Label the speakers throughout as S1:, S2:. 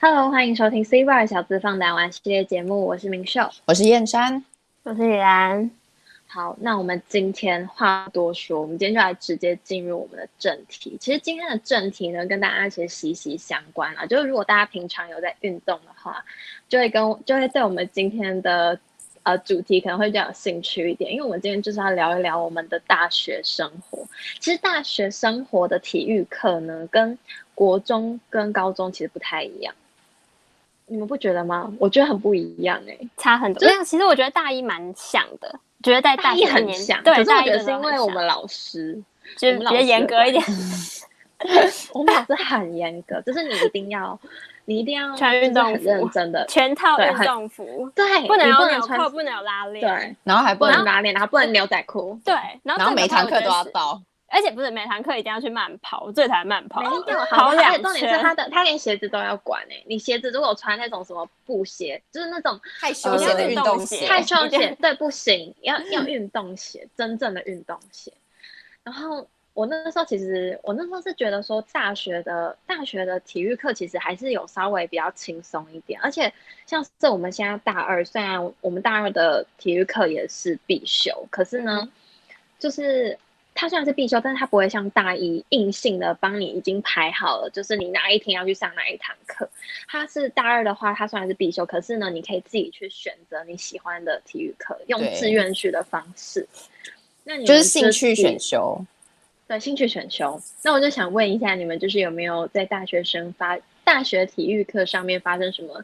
S1: Hello，欢迎收听 C Bar 小资放胆玩系列节目，我是明秀。
S2: 我是燕山。
S3: 我是李兰，
S1: 好，那我们今天话不多说，我们今天就来直接进入我们的正题。其实今天的正题呢，跟大家其实息息相关啊。就是如果大家平常有在运动的话，就会跟就会对我们今天的呃主题可能会比较有兴趣一点，因为我们今天就是要聊一聊我们的大学生活。其实大学生活的体育课呢，跟国中跟高中其实不太一样，你们不觉得吗？我觉得很不一样哎、
S3: 差很多。
S1: 就
S3: 没有，其实我觉得大一蛮像的，觉得在
S1: 大
S3: 学
S1: 一
S3: 一
S1: 很
S3: 年级
S1: 像，
S3: 对，
S1: 可是
S3: 大
S1: 我
S3: 一
S1: 觉得是
S3: 真的
S1: 因
S3: 很
S1: 为我
S3: 像
S1: 们老 师，
S3: 就
S1: 我们
S3: 比
S1: 老
S3: 较
S1: 师
S3: 严
S1: 的
S3: 格一点，
S1: 我们老师很严格，就是你一定要，你一定要
S3: 穿运
S1: 就是
S3: 动
S1: 很
S3: 服
S1: 认 真的，
S3: 全套
S1: 对
S3: 运
S1: 很
S3: 动服，
S1: 对，
S3: 不能
S1: 你
S3: 有
S1: 不
S3: 纽
S1: 能穿
S3: 扣，不能有拉链，
S1: 对，
S2: 然后还不
S1: 不能
S2: 能，
S1: 拉链，然后不能牛仔裤，
S3: 对，然
S2: 然
S3: 后
S2: 后
S3: 最
S2: 每
S3: 可怕
S2: 堂
S3: 我
S2: 课
S3: 觉
S2: 都
S3: 得
S2: 要
S3: 是，
S2: 到，
S3: 而且不是每堂课一定要去慢跑，我最讨厌慢跑
S1: 没
S3: 了，
S1: 有好
S3: 跑
S1: 吧而且
S3: 两
S1: 重点是
S3: 圈
S1: 他的，他连鞋子都要管哎、你鞋子如果穿那种什么布鞋，就是那种
S2: 害羞
S1: 呃
S2: 了的
S3: 运
S2: 运
S3: 动
S2: 动
S3: 鞋
S2: 鞋，
S1: 太休
S3: 一定
S1: 闲，对，不行，要要运动鞋，真正的运动鞋。然后我那时候其实，我那时候是觉得说，大学的大学的体育课其实还是有稍微比较轻松一点，而且像是我们现在大二，虽然我们大二的体育课也是必修，可是呢，就是。它虽然是必修，但是它不会像大一硬性的帮你已经排好了，就是你哪一天要去上哪一堂课。它是大二的话，它虽然是必修，可是呢，你可以自己去选择你喜欢的体育课，用
S2: 对
S1: 志愿序的方式。那你们
S2: 就是兴趣
S1: 自己
S2: 选修。
S1: 对兴趣选修。那我就想问一下，你们就是有没有在大学生发大学体育课上面发生什么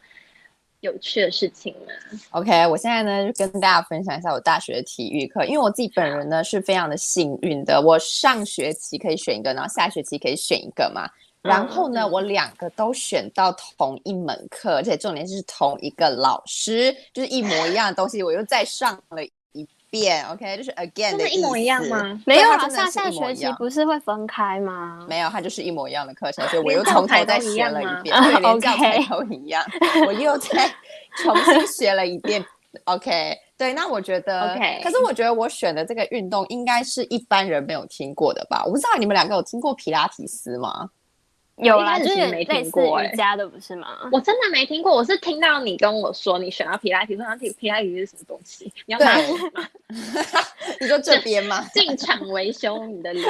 S1: 有趣的事情呢？
S2: OK，我现在呢就跟大家分享一下我大学的体育课，因为我自己本人呢是非常的幸运的，我上学期可以选一个，然后下学期可以选一个嘛。然后呢，
S1: 嗯
S2: 我两个都选到同一门课，而且重点是同一个老师，就是一模一样的东西，我又再上了一遍。OK，就是 again
S1: 真
S2: 的
S1: 的，一模一
S2: 意
S1: 样
S2: 思？
S1: 吗？
S3: 没有
S2: 对
S3: 啊，
S2: 它真的
S3: 下
S2: 是
S3: 下
S2: 一模
S3: 学
S2: 一
S3: 期
S2: 样
S3: 不是会分开吗？
S2: 没有，它就是一模一样的课程，所以我
S1: 啊连
S2: 又
S1: 教
S2: 从
S1: 材
S2: 头再
S1: 都一
S2: 学
S1: 样
S2: 了一
S1: 吗啊
S2: 遍，对，连
S3: OK
S2: 教材都 一样，我又再重新学了一遍。OK，对，那我觉得
S1: OK
S2: 可是我觉得我选的这个运动应该是一般人没有听过的吧？我不知道你们两个有听过皮拉提斯吗？
S3: 有
S1: 我一
S3: 啦，
S1: 开
S3: 就
S1: 始
S3: 是
S1: 其
S3: 有
S1: 实没
S3: 点类
S1: 听
S3: 似
S1: 过欸
S3: 瑜伽的，不是吗？
S1: 我真的没听过，我是听到你跟我说你选到皮拉提，我想皮皮拉提是什么东西？你要
S2: 对啊
S1: 拿我吗
S2: 你说这边吗？
S1: 进场维修你的脸？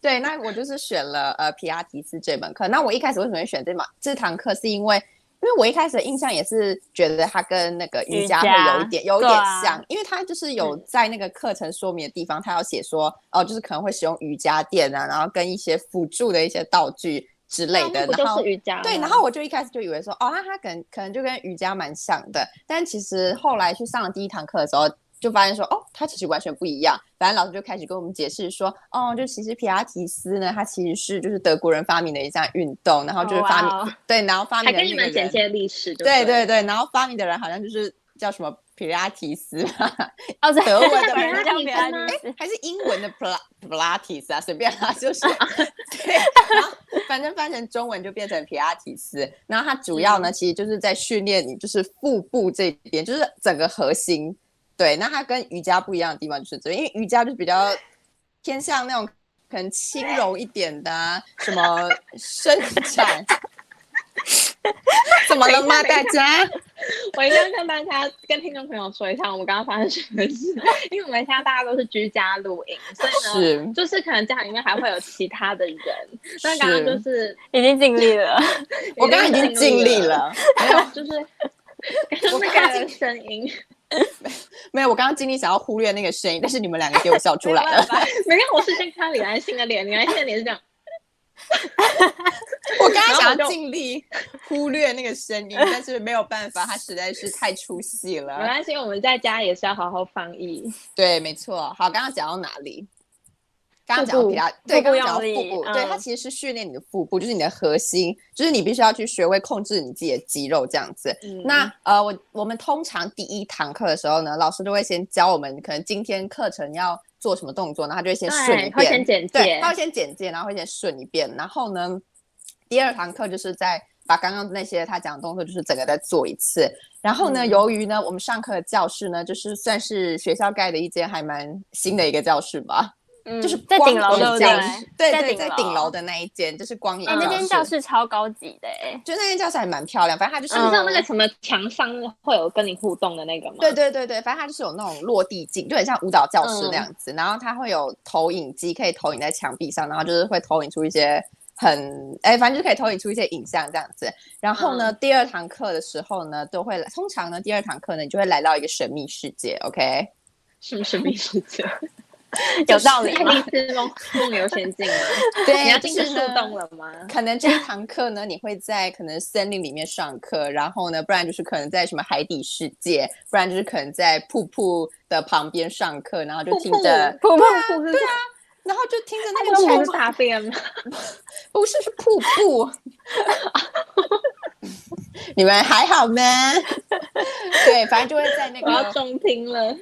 S2: 对，那我就是选了呃皮拉提斯这门课。那我一开始为什么会选这门这堂课，是因为因为我一开始的印象也是觉得它跟那个瑜
S3: 瑜
S2: 伽会有一
S3: 伽
S2: 点有一
S3: 对
S2: 点
S3: 啊
S2: 像，因为它就是有
S1: 嗯
S2: 在那个课程说明的地方，它有写说哦、就是可能会使用瑜伽垫啊，然后跟一些辅助的一些道具之类
S1: 那
S2: 的，
S1: 不
S2: 然
S1: 就
S2: 后
S1: 是瑜伽吗？
S2: 对，然后我就一开始就以为说，哦，那它可能可能就跟瑜伽蛮像的，但其实后来去上了第一堂课的时候，就发现说，哦，它其实完全不一样。反正老师就开始跟我们解释说，哦，就其实皮拉提斯呢，它其实是就是德国人发明的一项运动，然后就是发明、
S3: 哦哇哦
S2: 对，然后发
S1: 还
S2: 明的
S1: 跟你
S2: 那个
S1: 们简
S2: 人，
S1: 介历史就
S2: 对
S1: 对
S2: 对对，然后发明的人好像就是叫什么皮拉提斯吧，
S3: 哦，对
S2: 德 文的
S3: 本来
S1: 皮拉
S3: 叫
S1: 提
S3: 皮
S1: 斯
S3: 拉
S1: 吗
S3: 提斯，
S2: 哎还是英文的 pla pilates 啊，随便啦、就是
S1: 哦
S2: 对，然后反正翻成中文就变成皮拉提斯。然后它主要
S1: 嗯
S2: 呢，其实就是在训练你就是腹部这边，就是整个核心。对，那它跟瑜伽不一样的地方就是这边，因为瑜伽就比较偏向那种可能轻柔一点的、啊，什么伸 展。怎么了吗，大家？
S1: 我一定要跟大家、跟听众朋友说一下，我们刚刚发生什么事。 因为我们现在大家都是居家录音，所以呢，
S2: 是
S1: 就是可能家里面还会有其他的人。嗯那刚刚就是
S3: 已经尽力了。
S2: 我刚刚已经尽力
S1: 了，
S2: 了。
S1: 就是刚刚那个人声音，
S2: 没有，我刚刚尽力想要忽略那个声音，但是你们两个给我笑出来了。
S1: 没有，我是先看李兰心的脸，李兰心的脸是这样，
S2: 我刚刚
S1: 然后我
S2: 想
S1: 就
S2: 要尽力忽略那个声音，但是没有办法，它实在是太出戏
S1: 没
S2: 了。
S1: 关系，我们在家也是要好好防疫。
S2: 对，没错。好，刚刚讲到哪里？刚刚讲
S1: 腹
S2: 到
S1: 部
S2: 比较对，
S3: 腹
S2: 刚
S3: 部
S2: 刚讲到
S3: 用
S2: 腹
S3: 力
S2: 部，对，它
S3: 嗯
S2: 其实是训练你的腹部，就是你的核心，就是你必须要去学会控制你自己的肌肉这样子。
S1: 嗯
S2: 那呃，我我们通常第一堂课的时候呢，老师都会先教我们可能今天课程要做什么动作，然后他就会先顺
S1: 对，
S2: 一
S1: 会
S2: 遍
S1: 先，简
S2: 对，
S1: 介
S2: 他，会先简介，然后会先顺一遍，然后呢，第二堂课就是在把刚刚那些他讲的动作，就是整个再做一次。然后呢，
S1: 嗯
S2: 由于呢，我们上课的教室呢，就是算是学校盖的一间还蛮新的一个教室吧，
S3: 嗯
S2: 就是
S3: 在
S2: 光
S3: 顶楼
S2: 影
S3: 对不
S2: 教
S3: 对
S2: 室对
S3: 在
S2: 对，
S3: 顶
S2: 在
S3: 楼
S2: 顶楼的那一间就是光影
S3: 哎，那间教
S2: 教，
S3: 室超高级的哎，
S2: 就那间教室还蛮漂亮，反正它就是
S1: 是
S3: 嗯
S1: 像那个什么墙上会有跟你互动的那个吗？
S2: 对对对对，反正它就是有那种落地镜，就很像舞蹈教
S1: 嗯
S2: 室那样子。然后它会有投影机，可以投影在墙壁上，然后就是会投影出一些很哎，反正就可以投影出一些影像这样子。然后
S1: 嗯
S2: 呢，第二堂课的时候呢，都会来通常呢，第二堂课呢，你就会来到一个神秘世界，OK？
S1: 是不是秘世 界？
S3: 有道理 吗
S1: 爱？丽丝梦梦游仙境吗？
S2: 对，
S1: 你要
S2: 就
S1: 进去
S2: 是
S1: 树
S2: 呢
S1: 洞了吗？
S2: 可能这一堂课呢，你会在可能森林里面上课，然后呢，不然就是可能在什么海底世界，不然就是可能在瀑布的旁边上课，然后就
S1: 瀑
S2: 听
S1: 布
S2: 着，
S3: 瀑布
S1: 瀑布
S2: 对啊，然后就听着那
S1: 那个不
S2: 个
S1: 是
S2: 冲，
S1: 大便 吗？
S2: 不是是瀑 布。你们还好吗？ 对，反正就会在那
S1: 我要
S2: 个
S1: 中听了。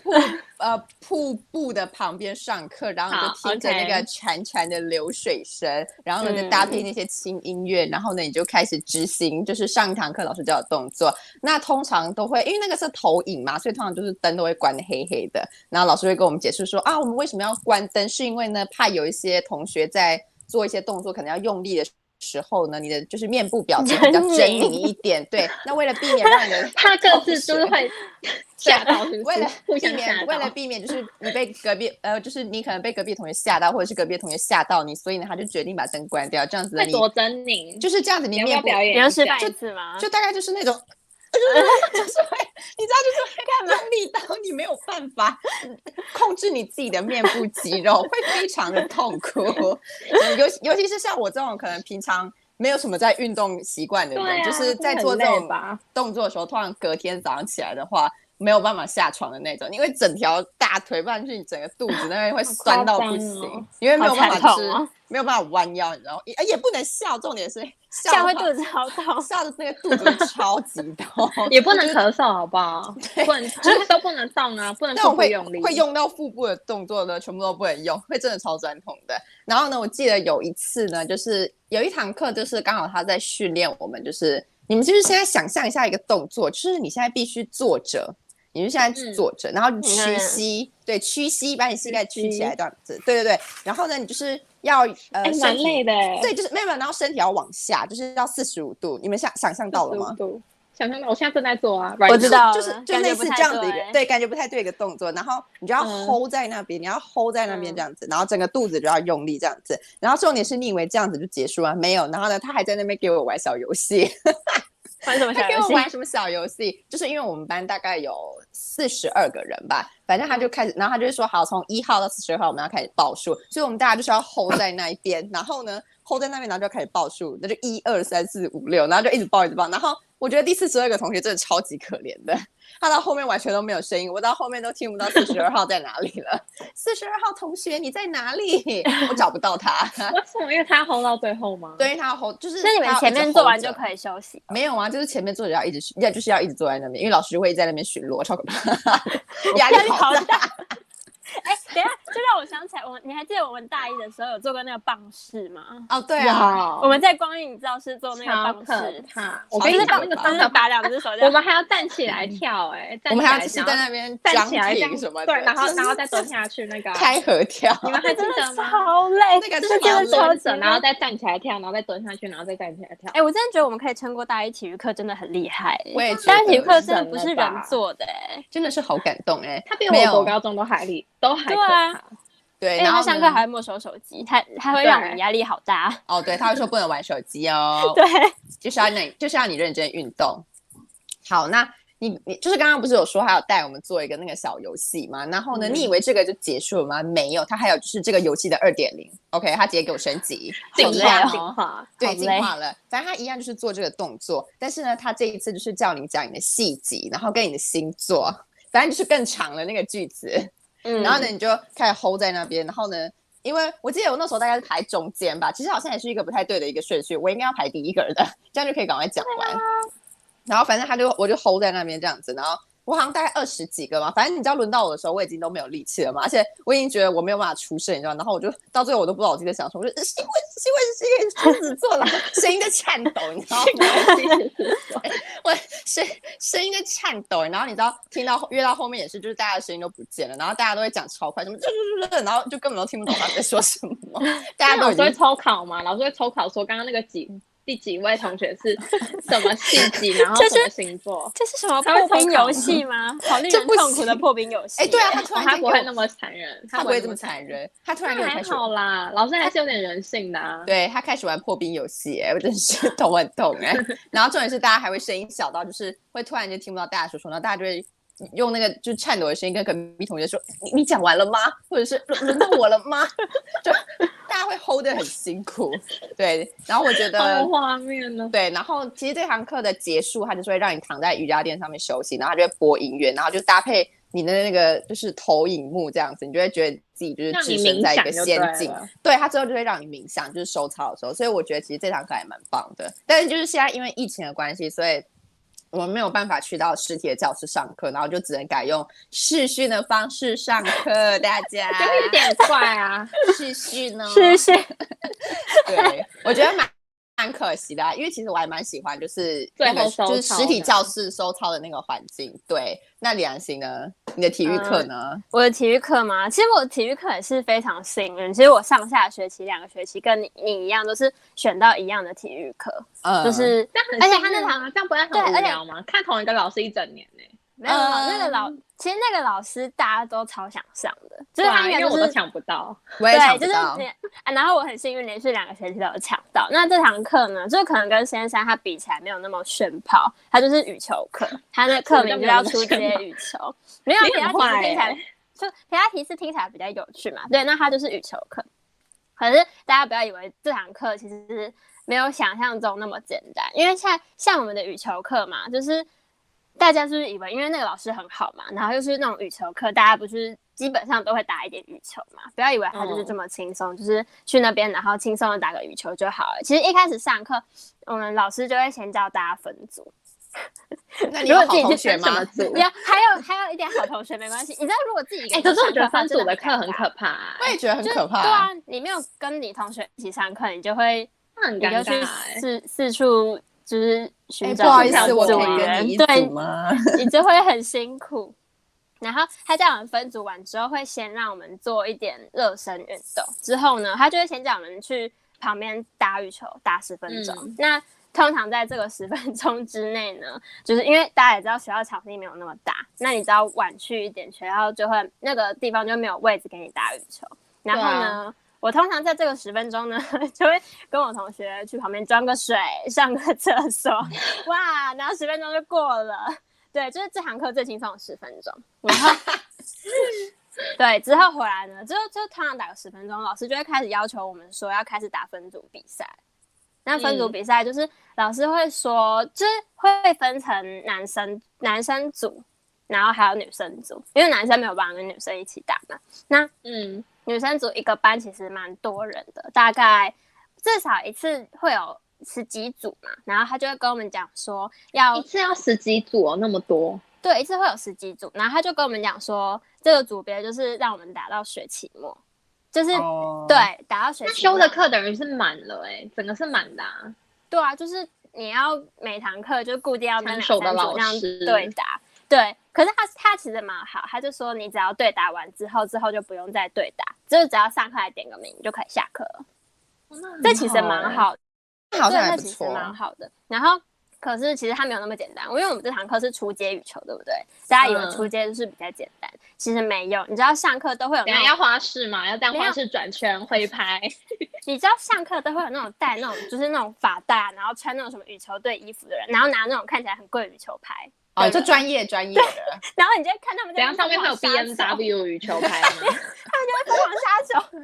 S2: 呃瀑布的旁边上课，然后你
S3: 好
S2: 就听着那个
S3: OK
S2: 潺潺的流水声，然后呢再
S3: 嗯
S2: 搭配那些轻音乐，然后呢你就开始执行，就是上一堂课老师教的动作。那通常都会因为那个是投影嘛，所以通常就是灯都会关的黑黑的，然后老师会跟我们解释说啊，我们为什么要关灯，是因为呢怕有一些同学在做一些动作可能要用力的。时候呢，你的就是面部表情比较狰
S3: 狰狞
S2: 狞一点，对。那为了避免让你的
S1: 他各自就是
S2: 哦
S1: 会 吓到，是不
S2: 啊为
S1: 是
S2: 了？
S1: 互
S2: 避
S1: 相吓
S2: 免，为了
S1: 到。
S2: 避免就是你被隔壁呃，就是你可能被隔壁同学吓到，或者是隔壁同学吓到你，所以呢，他就决定把灯关掉，这样子呢，
S1: 会
S2: 你
S1: 多狰狞，
S2: 就是这样子，
S1: 你
S2: 你
S1: 要不要
S2: 面部
S1: 表演
S3: 你
S1: 一下？
S3: 要示范一次吗？
S2: 就大概就是那种。 就是会，你知道，就是会干嘛力到你没有办法控制你自己的面部肌肉，会非常的痛苦。嗯尤其尤其是像我这种可能平常没有什么在运动习惯的人，
S1: 对啊
S2: 就是在
S1: 真的
S2: 做
S1: 很
S2: 这
S1: 累
S2: 种
S1: 吧
S2: 动作的时候，突然隔天早上起来的话，没有办法下床的那种，因为整条大腿，不然就是你整个肚子那边会酸到不行，
S1: 好夸张哦
S2: 因为没有办法
S3: 好
S2: 吃，
S3: 惨痛哦
S2: 没有办法弯腰，你知道吗，也也不能笑，重点是
S3: 这样
S2: 笑
S3: 会
S2: 的话
S3: 肚子好痛。
S2: 笑的那个肚子超级痛，
S1: 也不能咳嗽，好不好？不能，就是都不能动啊，不能
S2: 那种
S1: 腹部
S2: 会
S1: 用力。
S2: 会用到腹部的动作呢，全部都不能用，会真的超酸痛的。然后呢，我记得有一次呢，就是有一堂课，就是刚好他在训练我们，就是你们就是现在想象一下一个动作，就是你现在必须坐着，你就现在
S1: 嗯
S2: 坐着，然后你
S3: 你看
S2: 屈膝，对，屈膝把你膝盖屈起
S1: 屈
S2: 来这样子，对对对。然后呢，你就是要呃，
S1: 哎，蛮
S2: 身体
S1: 累的哎。
S2: 对，就是没有，没有然后身体要往下，就是要四十五度，你们想想象到了吗
S1: 45？度？想象到我现在正在做啊，
S3: 我知道
S2: 就是
S3: 了
S2: 就
S3: 感觉
S2: 类
S3: 不
S2: 似
S3: 太
S2: 这样子一个
S3: 对
S2: 对，感觉不太对一个动作，然后你就要
S1: 嗯
S2: hold 在那边，你要 hold 在那
S3: 嗯
S2: 边这样子，然后整个肚子就要用力这样子，然后重点是你以为这样子就结束啊？没有，然后呢，他还在那边给我玩小游戏，
S3: 玩什么
S2: 他
S3: 小
S2: 给
S3: 游
S2: 我
S3: 戏？
S2: 玩什么小游戏？就是因为我们班大概有四十二个人吧，反正他
S3: 嗯
S2: 就开始，然后他就说好，从一号到四十二号我们要开始报数，所以我们大家就是要 hold 在那一边，然后呢 hold 在那边，然后就要开始报数，那就一二三四五六，然后就一直报一直报，然后我觉得第四十二个同学真的超级可怜的。他到后面完全都没有声音，我到后面都听不到四十二号在哪里了。四十二号同学，你在哪里？我找不到他。
S1: 为什么？因为他 hold 到最后吗？，
S2: 对，他 hold 就是
S3: 那你们
S2: 他要一
S3: 前
S2: 直
S3: 面做
S2: hold
S3: 完
S2: 着
S3: 就可以休息。
S2: 没有啊，就是前面坐着要一直要就是要一直坐在那边，因为老师会在那边巡逻，超可怕， 压力好
S3: 压力好
S2: 大。
S3: 哎，等一下，这让我想起来，我你还记得我们大一的时候有做过那个棒式吗？
S2: 哦，对啊，
S1: 哇，
S3: 我们在光影教室做那
S1: 超
S3: 个棒
S1: 可
S3: 式，
S1: 怕！
S2: 我
S1: 我跟
S2: 跟你
S1: 你
S3: 就是
S1: 讲，那
S2: 讲那
S3: 棒
S1: 个
S2: 个
S1: 真
S3: 就是
S1: 的
S3: 把两只 手这
S1: 我
S3: 样
S1: 们还要站起来跳，哎，
S2: 我们还要就是
S1: 站
S2: 在那边
S1: 站起来这样
S2: 张挺什么的，
S1: 对，然后
S2: 就是
S1: 然 后再蹲下去那个啊，
S2: 开合跳，
S1: 你们还
S3: 那
S1: 记
S3: 哎真的
S1: 得吗？
S3: 超累，
S2: 那个真
S3: 就是
S2: 的
S3: 真的
S2: 超
S3: 超
S1: 蹲
S3: 级
S1: 着，然后
S3: 累。
S1: 再站起来跳，然后再蹲下去，然后再站起来跳。
S3: 哎，我真的觉得我们可以撑过大一体育课，真的很厉害。欸
S2: 我也觉
S3: 大一体育
S2: 得
S3: 课真的不是
S1: 神了吧
S3: 人做的，哎，
S2: 真的是好感动哎、
S1: 他比
S2: 没有
S1: 我国高中都还厉，都还可
S3: 对啊
S1: 怕。
S2: 对，
S1: 哎
S3: 因为
S2: 然
S3: 他
S2: 后
S3: 上
S2: 呢
S3: 课还会没收手机，他他会让
S1: 对
S3: 你压力好大。
S2: 哦，对，他会说不能玩手机 哦，
S3: 对，
S2: 就是要你就是要你认真运动。好，那你你就是刚刚不是有说还有带我们做一个那个小游戏吗？然后呢，
S3: 嗯
S2: 你以为这个就结束了吗？没有，它还有就是这个游戏的二点零，OK，它直接给我升级，
S1: 进
S2: 一
S3: 累
S1: 化
S2: 样
S3: 哦
S1: 进化，
S2: 对，
S3: 好
S2: 进
S3: 累
S2: 化了。反正他一样就是做这个动作，但是呢，他这一次就是叫你讲你的细节，然后跟你的星座，反正就是更长了那个句子。
S3: 嗯
S2: 然后呢，你就开始 hold 在那边，然后呢。因为我记得我那时候大概是排中间吧，其实好像也是一个不太对的一个顺序，我应该要排第一个的，这样就可以赶快讲完。然后反正他就我就 hold 在那边这样子，然后我好像大概二十几个嘛，反正你知道轮到我的时候，我已经都没有力气了嘛，而且我已经觉得我没有办法出声，你知道吗，然后我就到最后我都不知道我自己在想什么，我就因为因为因为狮子座了，声音在颤抖，你知道吗？我声声音在颤抖，然后你知道听到越到后面也是，就是大家的声音都不见了，然后大家都会讲超快，什么这这这，然后就根本都听不懂他在说什 么，大家都
S1: 老
S2: 已
S1: 师会
S2: 经
S1: 抽考嘛？老师会抽考说刚刚那个几第几位同学是什么系几，然后
S3: 这是
S1: 什么星座？
S3: 这是什么
S1: 他会
S3: 破冰
S1: 抽考
S3: 游戏 吗？好令
S2: 这
S3: 人
S2: 不
S3: 痛苦的
S2: 行
S3: 破冰游戏。
S2: 哎，对啊，他突
S1: 哦
S2: 然
S1: 他
S2: 间
S1: 不
S2: 给
S1: 会
S2: 我
S1: 那么残忍，
S2: 他不会这么
S1: 残
S2: 残。忍，他突然给
S1: 那
S2: 我
S1: 还
S2: 开始
S1: 好啦，老师还是有点人性的啊。
S2: 对他开始玩破冰游戏、哎，我真是 懂很懂 哎、然后重点是大家还会声音小到，就是会突然间听不到大家说什么，然后大家就会用那个就是颤抖的声音跟隔壁同学说：“你你讲完了吗？”或者是轮轮到我了吗？ 就大家会 hold 得很辛苦。对，啊然后我觉
S1: 好
S2: 得
S1: 有画面哦呢。
S2: 对，然后其实这堂课的结束，它就是会让你躺在瑜伽垫上面休息，然后它就会播音乐，然后就搭配你的那个就是投影幕这样子，你就会觉得自己就是
S1: 让
S2: 置
S1: 你
S2: 身
S1: 冥
S2: 在一
S1: 想
S2: 个
S1: 就
S2: 仙
S1: 对
S2: 境
S1: 了。
S2: 对，它最后就会让你冥想，就是收操的时候。所以我觉得其实这堂课还蛮棒的，但是就是现在因为疫情的关系，所以。我们没有办法去到实体的教室上课，然后就只能改用视讯的方式上课。大家
S1: 就有点怪啊，
S2: 视讯哦，
S3: 是是，
S2: 对，我觉得蛮蛮可惜的啊、因为其实我还蛮喜欢，就是
S1: 最
S2: 那个
S1: 后收
S2: 就是
S1: 操
S2: 实体
S1: 的
S2: 教室收操的那个环境。对，那李安心呢？你的体育课
S3: 嗯
S2: 呢？
S3: 我的体育课吗？其实我的体育课也是非常幸运。其实我上下学期两个学期跟你你一样，都是选到一样的体育课，
S2: 嗯，
S3: 就是
S1: 这样很
S3: 而且他
S1: 幸运
S3: 那
S1: 啊，这样不会很
S3: 对而且
S1: 无聊吗？看同一个老师一整年呢。
S3: 没有没有那个
S2: 嗯
S3: 老，其实那个老师大家都超想上的，就是他
S1: 对啊因
S3: 应该
S1: 为
S3: 就
S1: 我都
S3: 是
S1: 抢不到，
S2: 嗯我也想
S3: 对，
S2: 不
S3: 就是
S2: 到，
S3: 连啊，然后我很幸运，连续两个学期都有抢到。那这堂课呢，就是可能跟先生他比起来没有那么炫炮，他就是羽球课，他那课名就叫出街羽球，没有
S1: 你
S3: 皮拉
S1: 很
S3: 提斯
S1: 坏
S3: 听起来
S1: 欸，
S3: 就皮拉提斯听起来比较有趣嘛。对，那他就是羽球课。可是大家不要以为这堂课其实是没有想象中那么简单，因为像像我们的羽球课嘛，就是大家就是以为因为那个老师很好嘛，然后又是那种羽球课，大家不是基本上都会打一点羽球嘛，不要以为他
S1: 嗯
S3: 就是这么轻松，就是去那边然后轻松的打个羽球就好了。其实一开始上课，我们老师就会先教大家分组，
S2: 那你
S3: 如
S2: 有
S3: 果
S2: 好
S3: 自己
S2: 同
S3: 去
S2: 学
S1: 跟什么
S2: 吗？
S1: 组
S3: 不？要还有还有一点好同学没关系，你知道如果自己一个
S1: 哎，
S3: 人
S1: 可是我
S3: 上
S1: 觉得
S3: 的话
S1: 分
S3: 真
S1: 组
S3: 的
S1: 的课很
S3: 尴尬
S1: 可怕欸，
S2: 我也觉得很
S3: 就是
S2: 可怕。
S3: 对啊，你没有跟你同学一起上课，你就会
S1: 那很
S3: 你
S1: 尴
S3: 就去
S1: 尬欸。
S3: 四四处就是
S2: 哎
S3: 寻
S2: 不
S3: 找、
S2: 好意
S1: 这
S2: 思，
S1: 样
S2: 我可
S1: 子
S2: 以
S1: 吗
S2: 跟你一
S3: 对
S2: 组吗？
S3: 你就会很辛苦。然后他叫我们分组完之后，会先让我们做一点热身运动，之后呢，他就会先叫我们去旁边打羽球，打十分钟。
S1: 嗯
S3: 那通常在这个十分钟之内呢， 就是因为大家也知道学校场地没有那么大，那你只要晚去一点，学校就会那个地方就没有位置给你打羽球。然后呢，我通常在这个十分钟呢， 就会跟我同学去旁边装个水，上个厕所， 哇，然后十分钟就过了。对，就是这堂课最轻松的十分钟，然后对之后回来呢，就就通常打个十分钟，老师就会开始要求我们说要开始打分组比赛。那分组
S1: 嗯
S3: 比赛就是、老师会说，就是会分成男生男生组，然后还有女生组，因为男生没有办法跟女生一起打嘛。
S1: 嗯，
S3: 女生组一个班其实蛮多人的，大概至少一次会有十几组嘛。然后他就会跟我们讲说要
S1: 一次要十几组哦，那么多。
S3: 对，一次会有十几组，然后他就跟我们讲说，这个组别就是让我们打到学期末，就是、
S2: 哦
S3: 对打到学
S1: 那
S3: 期末
S1: 修的课等于是满了哎、整个是满的、啊。
S3: 对啊，就是你要每堂课就固定要跟
S1: 看
S3: 两
S1: 手
S3: 三
S1: 的
S3: 组
S1: 老
S3: 这样
S1: 师
S3: 对打，对。可是他他其实蛮好，他就说你只要对打完之后，之后就不用再对打，就是只要上课来点个名就可以下课了，
S1: 哦嗯
S3: 这其实
S1: 欸
S3: 蛮好
S2: 那好像
S3: 对，那
S2: 还不
S3: 其实
S1: 啊
S2: 错。哦
S3: 蛮好的。然后，可是其实它没有那么简单，因为我们这堂课是初阶羽球，对不对？大家以为
S1: 嗯
S3: 初阶就是比较简单，其实没有。你知道上课都会有
S1: 等
S3: 那
S1: 一下啊
S3: 种，
S1: 要花式嘛，要这样
S3: 没有
S1: 花式转圈挥拍，
S3: 你知道上课都会有那种戴那种就是那种发带啊，然后穿那种什么羽球队衣服的人，然后拿那种看起来很贵的羽球拍，
S2: 哦，就专业专业的，
S3: 然后你就会看他们
S1: 等
S3: 在
S1: 一下上面会有 B
S3: 疯狂
S1: N
S3: 杀球
S1: W 羽球拍吗？
S3: 疯狂杀球。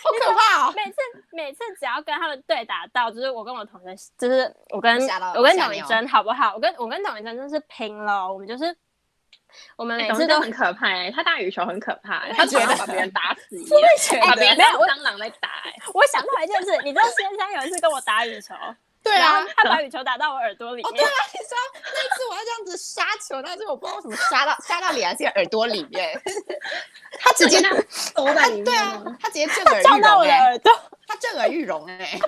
S2: 好可 怕哦！
S3: 每次每次只要跟他们对打到，就是我跟我同学，就是我跟
S2: 吓到
S3: 我跟
S2: 吓
S3: 董一
S2: 尿
S3: 真好不好？我跟我跟董一真真是拼了，我们就是我们每
S1: 每
S3: 次
S1: 次
S3: 都
S1: 都哎很可怕、欸，他打羽球很可怕、欸，
S2: 也
S1: 他总
S2: 觉
S1: 要
S2: 得哎
S1: 把别人打死一
S2: 我
S1: 样，
S2: 也觉
S1: 把
S2: 得
S1: 别人
S3: 没有
S1: 当
S3: 我
S1: 蟑螂在打、欸。
S3: 我想到一件事，你知道先生有一次跟我打羽球，
S2: 对
S3: 然
S2: 啊
S3: 后，他把羽球打到我耳朵里
S2: 哦，对
S3: 面
S2: 啊，，你知道那一次我要这样子杀球，但是我不知道为什么杀到杀到脸还是耳朵里面， 他直 接
S1: 那躲在里
S2: 对
S1: 面
S2: 啊
S1: 吗？，
S2: 他直接震耳
S3: 撞
S2: 欲
S3: 到
S2: 聋
S3: 我的
S2: 哎、
S3: 耳朵，
S2: 他震耳欲聋哎、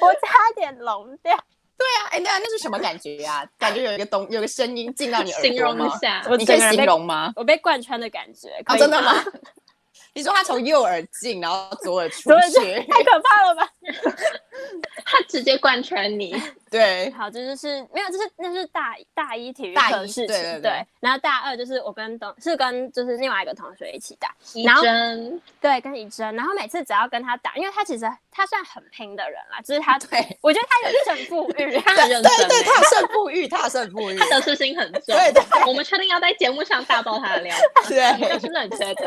S3: 我差点聋掉。
S2: 对啊，哎、那那是什么感觉呀、感觉有一个东有个声音进到你耳
S1: 形
S2: 朵
S1: 容一
S2: 吗？
S1: 下，
S3: 我
S2: 你可
S3: 整
S2: 以
S3: 个人
S2: 形
S3: 被
S2: 容吗？
S3: 我被贯穿的感觉，可
S2: 啊，
S3: 以
S2: 真的
S3: 吗？
S2: 吗？ 你说他从右耳进，然后左耳出
S3: 怎么就
S2: 去，
S3: 太可怕了吧？
S1: 他直接贯穿你，
S2: 对，
S3: 好，这就是没有，这是那是大一大一体育
S2: 大
S3: 课的
S2: 一
S3: 事情，
S2: 对对对
S3: 然后大二就是我跟董是跟就是另外一个同学一起打，
S1: 一
S3: 然后
S1: 针
S3: 对，跟以真。然后每次只要跟他打，因为他其实他算很拼的人啦，就是他，
S2: 对，
S3: 我觉得他有一种 富裕，他
S1: 他很认
S2: 对
S1: 真
S2: 对，
S1: 欸，
S2: 他有胜负欲，他有胜负欲，
S1: 他得失心很重。
S2: 对对
S1: 我们确定要在节目上大爆他的料，这
S2: 对
S1: 是冷缺的。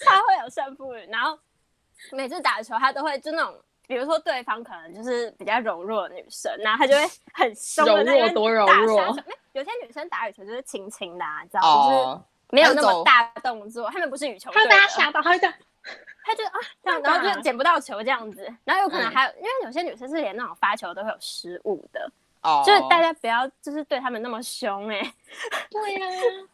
S3: 他会有胜负欲，然后每次打球他都会就那种。比如说，对方可能就是比较柔弱的女生，然后他就会很凶的在那
S1: 柔弱
S3: 边
S1: 多柔
S3: 打杀
S1: 弱
S3: 球。没有些女生打羽球就是轻轻的、啊，你知道吗？就是
S2: 哦，
S3: 没有
S2: 那
S3: 那么
S2: 种
S3: 大动作，他们不是羽球
S1: 他
S3: 队
S1: 会
S3: 的，
S1: 被他吓到，他会这样，
S3: 他就啊这样，
S1: 干
S3: 然
S1: 嘛
S3: 后就捡不到球这样子，然后有可
S2: 嗯
S3: 能还有，因为有些女生是连那种发球都会有失误的，
S2: 哦，
S3: 就是大家不要就是对他们那么凶哎、
S1: 对呀、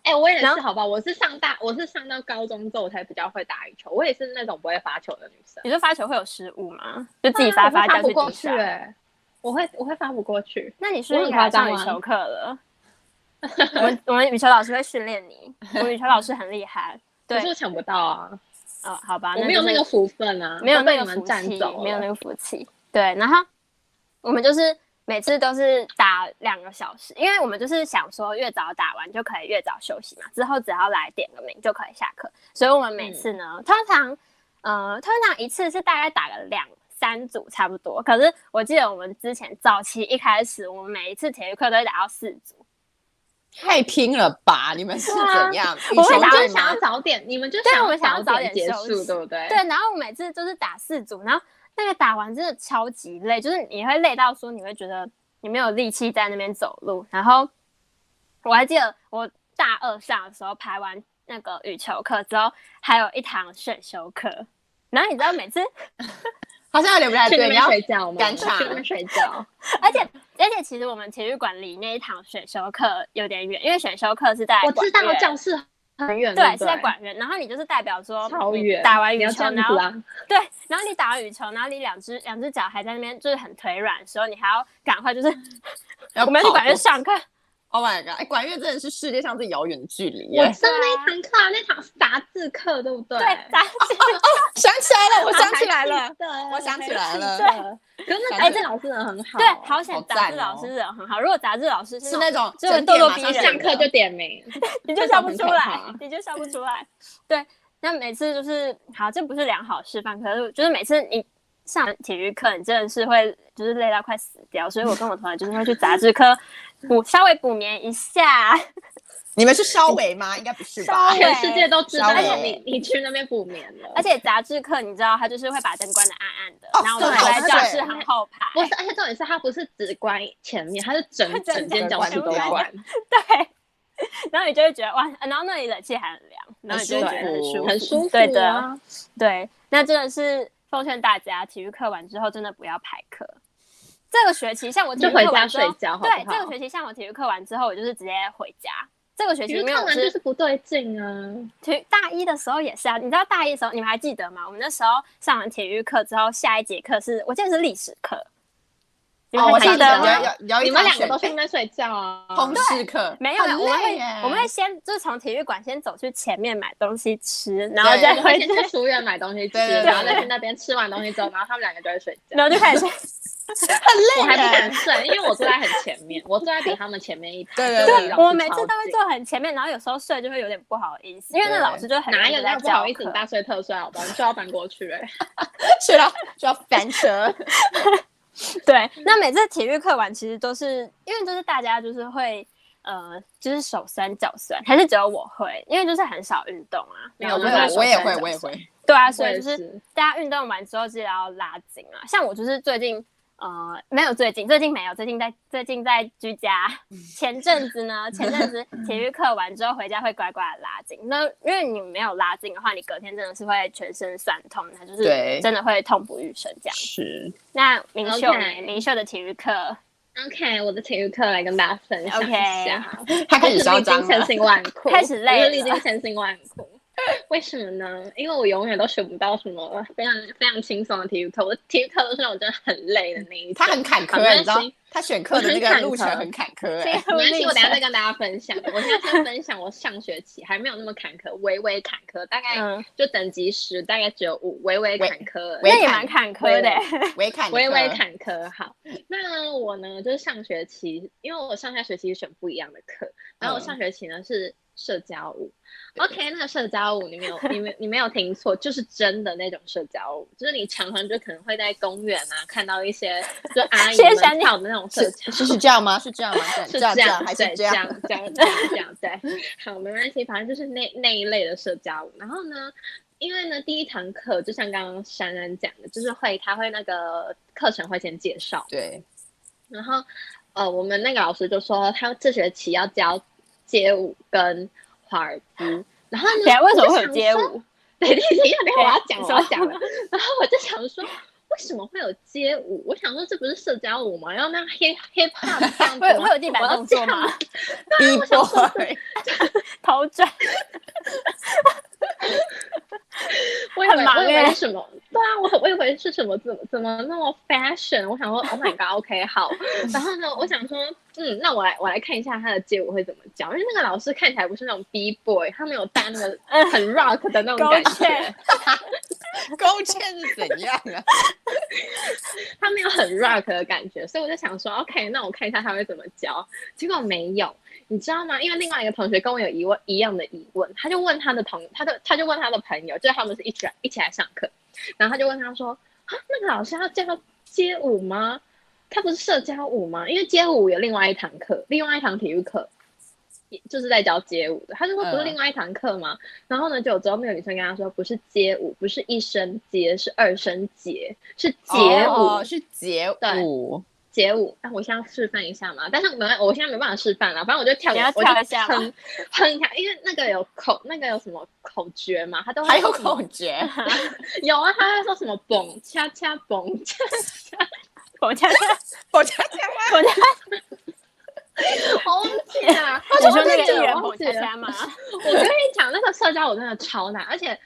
S1: 哎、我也
S3: 然
S1: 是，
S3: 后
S1: 好吧，我是上大，我是上到高中之后我才比较会打羽球，我也是那种不会发球的女生，
S3: 你说发球会有失误吗？就自己发
S1: 对啊我会
S3: 掉
S1: 不
S3: 去
S1: 过
S3: 地
S1: 去、
S3: 上。
S1: 欸，我会我会发不过去，
S3: 那你是
S1: 我
S3: 不
S1: 很
S3: 是应该
S1: 夸
S3: 来
S1: 张
S3: 上羽
S1: 吗
S3: 球 课了？我们我们羽球老师会训练你，我们羽球老师很厉害。对
S1: 可是我抢不到啊，
S3: 哦，好吧，
S1: 我
S3: 那
S1: 没有
S3: 就是
S1: 那个福分啊，
S3: 没有
S1: 都被
S3: 那个
S1: 你
S3: 福
S1: 们占
S3: 气
S1: 走，
S3: 没有那
S1: 了
S3: 个福气。对，然后我们就是每次都是打两个小时，因为我们就是想说越早打完就可以越早休息嘛，之后只要来点个名就可以下课，所以我们每次呢，
S1: 嗯
S3: 通常呃通常一次是大概打个两。三组差不多，可是我记得我们之前早期一开始，我们每一次体育课都会打到四组，
S2: 太拼了吧？你们是
S1: 对啊
S2: 怎样？羽
S3: 我会
S2: 球
S3: 打
S1: 你
S2: 队
S1: 们
S3: 对
S1: 就想
S2: 吗
S1: 要？早点，你们就
S3: 对
S1: 想
S3: 我们想要
S1: 早
S3: 早点
S1: 结
S3: 休
S1: 束，
S3: 息
S1: 对不对？
S3: 对，然后我每次就是打四组，然后那个打完真的超级累，就是你会累到说你会觉得你没有力气在那边走路。然后我还记得我大二上的时候排完那个羽球课之后，还有一堂选修课。然后你知 道每次，
S2: 好像有点不
S3: 啊
S2: 太
S1: 去那
S2: 对，你
S1: 边
S2: 要
S1: 睡觉吗？
S2: 赶
S1: 去
S2: 场
S1: 那边睡 觉，
S3: 而且而且其实我们体育馆离那一堂选修课有点远，因为选修课是在
S1: 我知
S3: 管
S1: 道
S3: 院
S1: 教室很远，
S3: 对
S1: 不
S3: 是在管院，然后你就是代表说
S1: 超
S3: 你
S1: 远，
S3: 打完
S1: 你
S3: 羽
S1: 要
S3: 球，
S1: 这样
S3: 然后
S1: 子啊，
S3: 对，然后你打完羽球，然后你两只两只脚还在那边就是很腿软的时候，你还要赶快就是
S2: 要
S3: 我们要
S2: 跑
S3: 去管院上课，
S2: Oh my god！哎，管乐真的是世界上最遥远的距离耶。
S1: 我
S2: 哦
S1: 上那一堂课啊，那堂是杂志课，对不对？
S3: 对，打
S2: 哦想起来了，我想起来
S1: 还
S2: 了
S1: 记。得，
S2: 我想起来了
S1: 对，可是那杂志老师人很好，
S3: 对，好
S2: 好
S3: 险杂志
S2: 赞哦
S3: 老师人很好，如果杂志老师
S2: 是那
S3: 那种
S2: 种
S3: 就是
S2: 整点
S3: 咄咄
S2: 马上
S3: 逼人
S1: 上
S2: 上
S1: 课
S2: 课
S1: 就
S2: 就
S1: 点名，
S3: 你就笑不
S1: 很
S3: 出
S1: 可
S3: 来
S1: 怕，
S3: 你就笑不出来。对，那每次就是好，这不是良好示范，可是就是每次你上体育课，你真的是会就是累到快死掉，所以我跟我同学就是会去杂志科补稍微补眠一下。
S2: 你们是稍微吗？应该不是吧
S3: 稍？微
S1: 全世界都知道，
S2: 稍
S1: 而
S2: 微
S1: 且你你去那边补眠了，
S3: 而且杂志课你知道，他就是会把灯关的暗暗的，
S2: 哦
S3: 然后我
S1: 对
S3: 们在教
S1: 对
S3: 室很后排。
S1: 不是，而且重点是他不是只关前面，他是整
S3: 他整
S1: 整间教室都
S2: 整个
S1: 关
S2: 关，
S3: 对，然后你就会觉得哇，然后那里冷气还很凉，然后你就会觉得
S2: 很
S3: 舒
S2: 舒
S3: 服，
S2: 服
S1: 很舒服、啊。
S3: 对的，，对，那真的是奉劝大家，体育课完之后真的不要排课。这个学期像我体育
S1: 就回家
S3: 课完之后，
S1: 睡觉好不
S3: 对，
S1: 好
S3: 这个学期像我体育课完之后，我就是直接回家。这个学
S1: 体
S3: 期
S1: 育
S3: 没有
S1: 课
S3: 我
S1: 完就是是不对劲啊，
S3: 体育大一的时候也是啊，你知道大一的时候你们还记得吗？我们那时候上完体育课之后，下一节课是我记得是历史课，你们
S2: 哦，我
S3: 还
S2: 想
S3: 记
S2: 起来
S3: 得
S1: 吗
S3: 吗？
S2: 了有有有
S1: 你
S2: 哦一
S1: 们
S2: 场
S1: 两个
S2: 选
S1: 都去那边睡觉啊，
S2: 同事课，
S3: 没有，啊
S2: 很
S3: 我们
S2: 累
S3: 会
S2: 耶
S3: 我们会先就是从体育馆先走去前面买东西吃，然后
S2: 对
S3: 再
S1: 我
S3: 回
S1: 们先
S3: 去
S1: 去书院买东西吃，
S2: 对对对
S1: 然后再去那边吃完东西之后，然后他们两个就会睡觉。
S3: 然后就开始睡。
S1: 我还不
S2: 耶
S1: 敢睡，因为我坐在很前面，我坐在比他们前面一排。
S2: 对对
S1: 所以
S2: 对
S1: 老师
S3: 我每次
S1: 超
S3: 都会
S1: 紧。
S3: 坐很前面，然后有时候睡就会有点不好意思，因为那
S2: 对
S3: 老师就很
S1: 哪
S3: 认
S1: 有
S3: 真
S1: 那
S3: 在
S1: 种不
S3: 教
S1: 好意思，你
S3: 课
S1: 大睡特睡好吧？你就要翻过去哎、
S2: 睡到就要翻车。
S3: 对，
S2: 嗯
S3: 那每次体育课完，其实都是因为就是大家就是会呃，就是手酸脚酸，还是只有我会，因为就是很少运动啊，
S1: 没
S3: 没
S1: 有
S2: 嗯我
S3: 有
S1: 没
S3: 就
S1: 有
S3: 是
S2: 也我也会，
S3: 手酸脚
S2: 我也
S3: 酸
S2: 会。
S3: 对啊，
S1: 我
S3: 所以
S1: 也
S3: 就是
S1: 是
S3: 大家运动完之后记得要拉筋啊。像我就是最近呃，没有最近，最近没有，最近在最近在居家。前阵子呢，前阵 子体育课完之后回家会乖乖的拉筋。那因为你没有拉筋的话，你隔天真的是会全身酸痛，它就是
S2: 对
S3: 真的会痛不欲生这样。
S2: 是
S3: 那明秀呢
S1: OK
S3: 明秀的体育课
S1: OK，我的体育课来跟大家分享一下。
S2: 他开始
S1: 历
S2: 嚣
S1: 经
S2: 张
S1: 千
S2: 了，
S1: 辛万苦，
S3: 开始累了
S1: 我就历经千辛万苦。为什么呢？因为我永远都学不到什么非常非常轻松的体育课，我的体育课都是我真的很累的那一种。
S2: 他很坎
S1: 好
S2: 坷，啊
S1: 没关
S2: 你知道
S1: 系，
S2: 他选课的那
S1: 我
S2: 个
S1: 很坎坷
S2: 路程很坎坷。
S3: 这
S2: 哎
S1: 没
S3: 个
S1: 关
S3: 历
S1: 系，我
S3: 程
S1: 等一下 再跟大家分享。我现在先分享我上学期还没有那么坎坷，微微坎坷，大概
S3: 嗯，
S1: 就等级十，大概只有五，微微坎坷而已。
S2: 微
S3: 那也
S2: 坎
S3: 蛮坎坷的、欸
S2: 微 坎坷，
S1: 微微坎坷。好，那我呢，就是上学期，因为我上下学期选不一样的课，然后我
S2: 嗯
S1: 上学期呢是社交舞。
S2: 对
S1: OK，那个社交舞你没有，你没你没有听错，就是真的那种社交舞，就是你常常就可能会在公园啊看到一些就阿 姨
S3: 谢谢
S1: 们
S3: 闪电
S1: 跳的那种社
S2: 是
S1: 交。
S2: 是是这样吗？是这样吗？
S1: 是
S2: 这样这样
S1: 对
S2: 还
S1: 这
S2: 是
S1: 样
S2: 这
S1: 这
S2: 样？
S1: 这样这样这样对，好，没关系，反正就是那那一类的社交舞。然后呢，因为呢第一堂课就像刚刚珊珊讲的，就是会他会那个课程会先介绍，
S2: 对，
S1: 然后呃我们那个老师就说他这学期要教街舞跟华尔兹，然后
S3: 对
S1: 呢
S3: 啊，为什么
S1: 我就
S3: 会有
S1: 想
S3: 街
S1: 说
S3: 舞？
S1: 对，等一下，等一下我要
S3: 对
S1: 讲，
S3: 你
S1: 我
S3: 说
S1: 要讲了。然后我就想说，为什么会有街舞？我想说，这不是社交舞吗？要那 hip hip hop 这 样子
S3: 会有
S1: 吗
S3: 会有地板
S1: 我要
S3: 动
S1: 这
S3: 作
S1: 样
S3: 吗？
S2: 逼
S1: 我想 说
S2: 迫
S3: 头转，
S1: 我以为
S3: 很忙
S1: 我以为
S3: 欸
S1: 是什么？对啊，我我以为是什么？怎么怎么那么 fashion？我想说，Oh my god，OK，、好。 然后呢，我想说，嗯，那我来我来看一下他的街舞会怎么教，因为那个老师看起来不是那种 B boy，他没有带那 个
S3: 嗯
S1: 很 rock 的那种
S3: 勾
S1: 感
S3: 芡
S1: 觉，
S2: 勾芡是怎样啊？
S1: 他没有很 rock 的感觉，所以我就想说，OK，那我看一下他会怎么教。结果没有，你知道吗？因为另外一个同学跟我有疑问一样的疑问，他就问他的同，他的他就问他的朋友，就是他们是一起来一起来上课，然后他就问他说：“啊，那个老师要教街舞吗？他不是社交舞吗？因为街舞有另外一堂课，另外一堂体育课，也就是在教街舞的。他就说不是
S2: 嗯
S1: 另外一堂课吗？然后呢，就有之后那个女生跟他说，不是街舞，不是一声街，是二声节，是街舞。
S2: 哦是街舞，
S1: 街舞，那我现在要示范一下嘛，但是没，我现在没办法示范了，反正我就跳，
S3: 你要
S1: 我
S3: 跳
S1: 就
S3: 一下吗
S1: 哼哼一下，因为那个有口，那个有什么口诀嘛，他都会
S2: 还有
S1: 说什么
S2: 口诀，
S1: 有啊，他会说什么蹦恰恰蹦，
S3: 我家
S2: 我家家吗？
S3: 我家，
S1: 我忘记了，
S3: 你
S1: 我
S3: 说
S1: 忘
S3: 那个
S1: 记
S3: 艺人
S1: 了，我
S3: 某
S1: 忘记
S3: 家
S1: 了。
S3: 家吗？
S1: 我跟你讲，那个社交舞真的超难，而且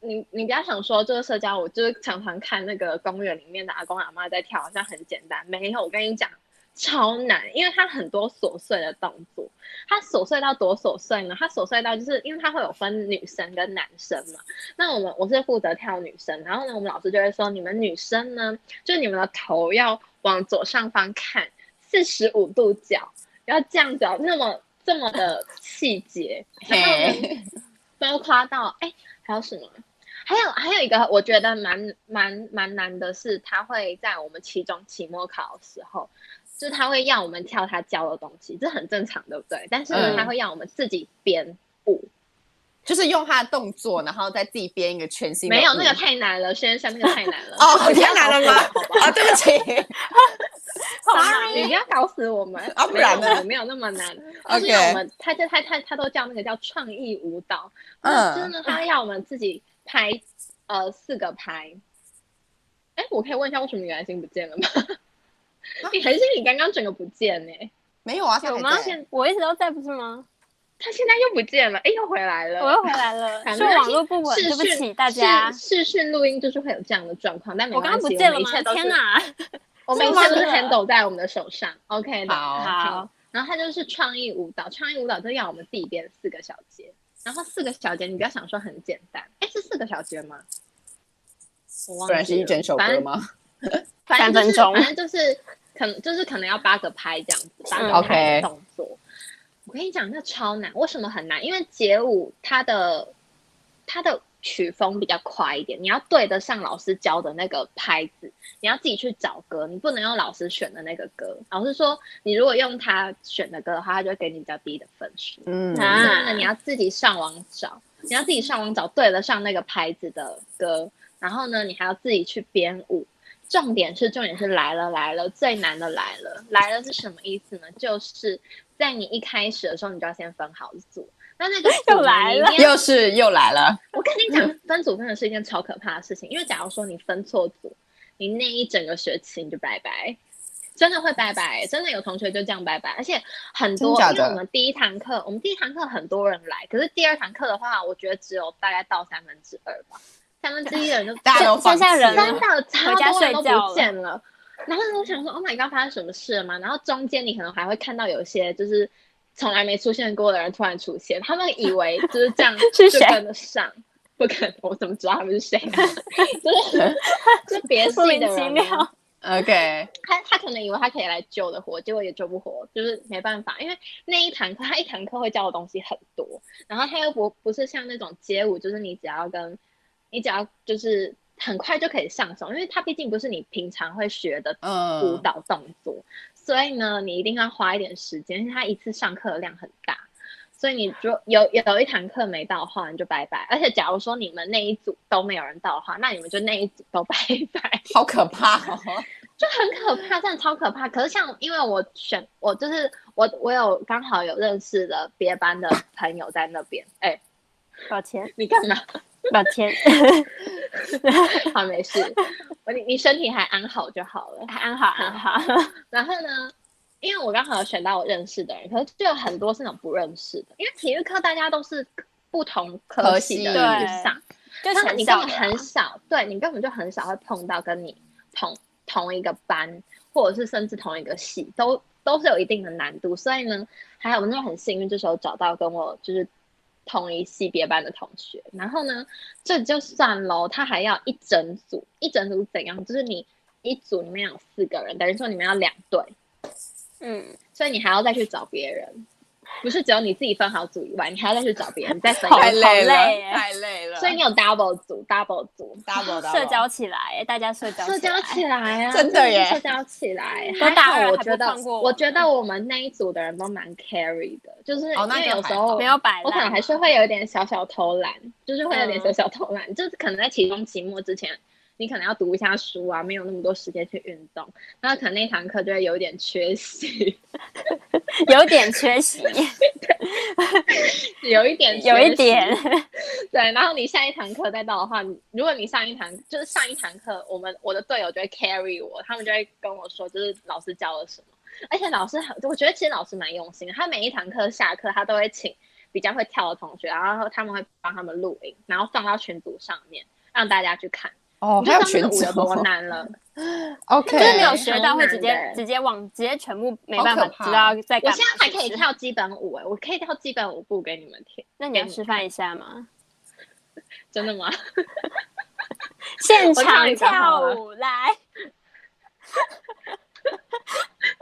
S1: 你你不要想说这个社交舞，就是常常看那个公园里面的阿公阿妈在跳，好像很简单，没有，我跟你讲超难，因为它很多琐碎的动作，它琐碎到多琐碎呢？它琐碎到就是因为它会有分女生跟男生嘛，那我们我是负责跳女生，然后呢，我们老师就会说，你们女生呢，就你们的头要往左上方看四十五度角，要这样子哦，那么这么的细节，然后呢
S2: 嘿，
S1: 包括到哎、还有什么？还有还有一个我觉得蛮蛮蛮难的是，他会在我们期中期末考的时候，就是他会要我们跳他教的东西，这很正常，对不对？但是呢，
S2: 嗯
S1: 他会要我们自己编舞，
S2: 就是用他的动作，然后再自己编一个全新的舞。
S1: 没有那个太难了，先生那个太难了。
S2: 哦，
S1: 你不要
S2: 太难了吗
S1: 搞死我好？吧
S2: 啊，对 不起
S1: 你不要搞死我们
S2: 啊不然
S1: 没
S2: 呢
S1: 有我们没有那么难。就是要我们他就他他他都叫那个叫创意舞蹈，
S2: 嗯
S1: 嗯，就是呢，他要我们自己拍呃四个拍。哎，我可以问一下为什么原来心不见 了吗？
S3: 啊
S1: 还是你刚刚整个不见呢、
S2: 没有啊，
S3: 有
S2: 他
S3: 吗
S2: 还在？
S3: 我一直都在，不是吗？
S1: 他现在又不见了，哎，又回来了。
S3: 我又回来了，
S1: 反
S3: 是
S1: 正
S3: 网络不稳，
S1: 视
S3: 对
S1: 讯
S3: 不起大家。
S1: 视视讯录音就是会有这样的状况，但没
S3: 我刚
S1: 关
S3: 刚
S1: 系，
S3: 不见了
S1: 们一
S3: 吗
S1: 切？都
S3: 天
S1: 是
S3: 哪！
S1: 我们一
S3: 这么
S1: 切都是
S3: 热
S1: handle 在我们的手上。OK 的，
S2: 好
S3: 好，
S1: 然后它就是创意舞蹈，创意舞蹈就要我们自己编四个小节，然后四个小节你不要想说很简单，哎，是四个小节吗？我忘
S2: 不然是
S1: 记
S2: 一
S1: 了
S2: 整首
S1: 反
S2: 歌
S1: 正
S2: 吗？
S1: 反正就是
S3: 三分钟
S1: 反正就是可能就是可能要八个拍这样子，八
S3: 嗯
S1: 个拍的动作。我跟你讲，那超难，为什么很难？因为街舞它的它的曲风比较快一点，你要对得上老师教的那个拍子，你要自己去找歌，你不能用老师选的那个歌。老师说，你如果用他选的歌的话，他就会给你比较低的分数。
S2: 嗯，
S3: 啊
S1: 所以呢，你要自己上网找，你要自呃己上网找对得上那个牌子的歌，然后呢，你还要自己去编舞。重点是重点是来了来了，最难的来了来了是什么意思呢？就是在你一开始的时候，你就要先分好组。那那个
S3: 又来了
S2: 又是又来了。
S1: 我跟你
S2: 嗯
S1: 讲，分组真的是一件超可怕的事情，因为假如说你分错组，你那一整个学期你就拜拜，真的会拜拜，真的有同学就这样拜拜，而且很多，
S2: 真假
S1: 因为
S2: 的
S1: 我们第一堂课，我们第一堂课很多人来，可是第二堂课的话，我觉得只有大概到三分之二吧，三分之一的人就
S2: 大家都放
S3: 剩下
S2: 弃
S3: 人
S2: 了
S1: 真的超
S3: 回家
S1: 多人都
S3: 睡觉
S1: 不见了。然后我想说，Oh my god，发生什么事了吗？然后中间你可能还会看到有一些就是从来没出现过的人突然出现，他们以为就是这样
S3: 是
S1: 就
S3: 谁
S1: 跟得上，不可能，我怎么知道他们是谁、啊？ 就是就别系
S3: 莫名
S1: 的
S3: 其
S1: 人啊、
S3: 妙。
S2: OK，
S1: 他他可能以为他可以来救的活，结果也救不活，就是没办法，因为那一堂课他一堂课会教的东西很多，然后他又不不是像那种街舞，就是你只要跟你只要就是很快就可以上手，因为它毕竟不是你平常会学的舞
S2: 嗯，
S1: 蹈动作，所以呢，你一定要花一点时间，因为他一次上课的量很大，所以你如有有一堂课没到的话，你就拜拜。而且假如说你们那一组都没有人到的话，那你们就那一组都 拜拜。
S2: 好可怕哦。
S1: 就很可怕，真的超可怕。可是像因为我选我就是我我有刚好有认识的别班的朋友在那边，哎、
S3: 抱歉，
S1: 你干嘛？
S3: 抱歉，
S1: 好，没事，我你你身体还安好就好了。
S3: 安好安好。
S1: 然后呢，因为我刚好有选到我认识的人，可是就有很多是那种不认识的，因为体育课大家都是不同科系的
S3: 科
S1: 人
S3: 系
S1: 去上，
S3: 就
S1: 当然
S3: 想
S1: 你根
S3: 笑
S1: 本
S3: 的
S2: 啊
S1: 很少，对你根本就很少会碰到跟你同同一个班，或者是甚至同一个系，都都是有一定的难度。所以呢，还有我那时候很幸运，这时候找到跟我就是同一系别班的同学。然后呢，这就算喽，他还要一整组，一整组怎样？就是你一组里面有四个人，等于说你们要两队，
S3: 嗯，
S1: 所以你还要再去找别人，不是只有你自己分好组以外，你还要再去找别人，再分一
S3: 好
S1: 个
S2: 太
S1: 组。
S2: 累了，
S3: 好累耶
S2: 太累了。
S1: 所以你有 double 组，double 组，
S2: double double
S3: 社交起来，大家社交
S1: 社交起来 啊，
S2: 真的耶
S1: 社交起来。
S3: 都大
S1: 还
S3: 二
S1: 好我
S3: 还
S1: 觉
S3: 不
S1: 得
S3: 放，过我
S1: 我觉得我们那一组的人都蛮 carry 的，就是
S2: 哦
S1: 因
S2: 那
S1: 为
S2: 就
S1: 有时
S2: 还
S1: 候
S2: 好
S3: 没有摆烂，
S1: 我可能还是会有一点小小偷懒，就是会有点
S3: 嗯
S1: 小小偷懒，就是可能在期中、期末之前，你可能要读一下书啊，没有那么多时间去运动，那可能那堂课就会有一点缺席，
S3: 有点缺席，
S1: 有一点，
S3: 有一点。
S1: 对，然后你下一堂课再到的话，你如果你上一堂就是上一堂课，我们我的队友就会 carry 我，他们就会跟我说，就是老师教了什么。而且老师很，我觉得其实老师蛮用心的，他每一堂课下课，他都会请比较会跳的同学，然后他们会帮他们录影，然后放到群组上面让大家去看。
S2: 哦，
S1: 你就
S2: 还
S1: 知
S2: 有
S1: 道那个
S2: 群
S1: 舞
S2: 组哦
S1: 有多难 了。
S2: ，OK，
S3: 就是没
S1: 对
S3: 有学到会直
S1: 很难
S3: 接
S1: 的
S3: 直接忘，直接全部没办
S2: 好
S3: 法
S2: 可怕
S3: 知道在
S1: 我
S3: 干嘛。
S1: 现在还可以
S3: 是不是，
S1: 跳基本舞哎、我可以跳基本舞步给你们听，
S3: 那你要示范一下吗？
S1: 真的吗？
S3: 现
S1: 我跳
S3: 场
S1: 一个好
S3: 跳
S1: 了
S3: 舞来，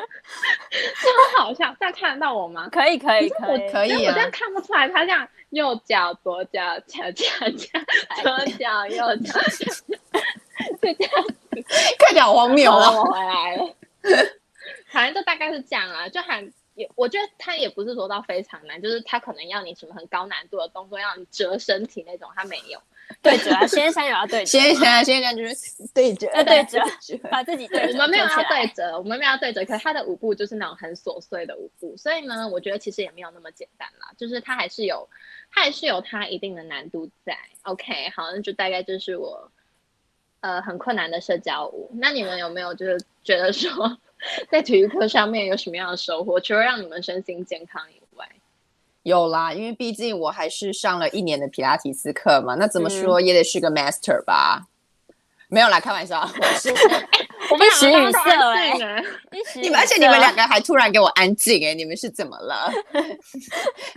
S1: 真好笑，这样看得到 我吗？
S3: 可以可以
S1: 可是
S3: 可
S1: 我
S3: 以，
S2: 可
S1: 因
S2: 以
S1: 为我这样
S2: 啊，
S1: 看不出来，他这样右脚、左脚、恰恰恰，左脚、右脚，就这样。
S2: 看起来好荒谬
S1: 好 了，
S2: 哦。
S1: 我回来了。啊反正就大概是这样啊，就很也，我觉得他也不是说到非常难，就是他可能要你什么很高难度的动作，要你折身体那种，他没有。
S3: 对折啊，先生有 要对折
S2: 现
S3: 吗，
S2: 在现在现在就是 对折
S3: 呃，对折
S2: 折
S3: 把自己对折
S1: 我们没有
S3: 做
S1: 要
S3: 起来
S1: 对折，我们没有要对折，可是他的舞步就是那种很琐碎的舞步，所以呢，我觉得其实也没有那么简单啦，就是他还是有，他还是有他一定的难度在。OK，好，那就大概就是我，呃，很困难的社交舞。那你们有没有就是觉得说， 在体育课上面有什么样的收获？除了让你们身心健康以外，
S2: 有啦，因为毕竟我还是上了一年的皮拉提斯课嘛，那怎么说也得是个 master 吧？没有啦，开玩笑，我是
S3: 我被许语色哎，
S1: 哎，
S3: 一 时
S2: 你
S3: 语
S2: 们，而且你们
S3: 塞
S2: 两个还突然给我安静哎、你们是怎么了？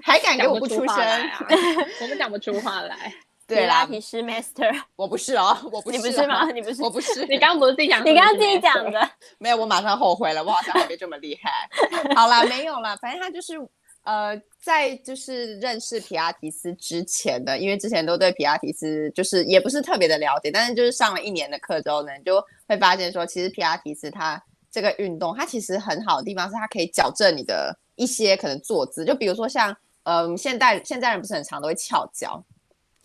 S2: 还敢给
S1: 讲
S2: 我不
S1: 出
S2: 出
S1: 话来
S2: 声？
S1: 啊，我们讲不出话来。
S2: 对
S3: 皮
S2: 啦
S3: 拉，提师 master，
S2: 我不是哦，我不是、
S3: 你
S2: 哦，
S3: 不是吗？？你不是
S2: 我，不是，
S1: 你刚刚不是自己讲，
S3: 你刚刚自己讲 的，
S2: 没有，我马上后悔了，我好像还没这么厉害。好啦，没有啦，反正他就是呃，在就是认识皮拉提斯之前的，因为之前都对皮拉提斯就是也不是特别的了解，但是就是上了一年的课之后呢，你就会发现说，其实皮拉提斯它这个运动，它其实很好的地方是它可以矫正你的一些可能坐姿，就比如说像嗯、呃现代现代人不是很常都会翘脚，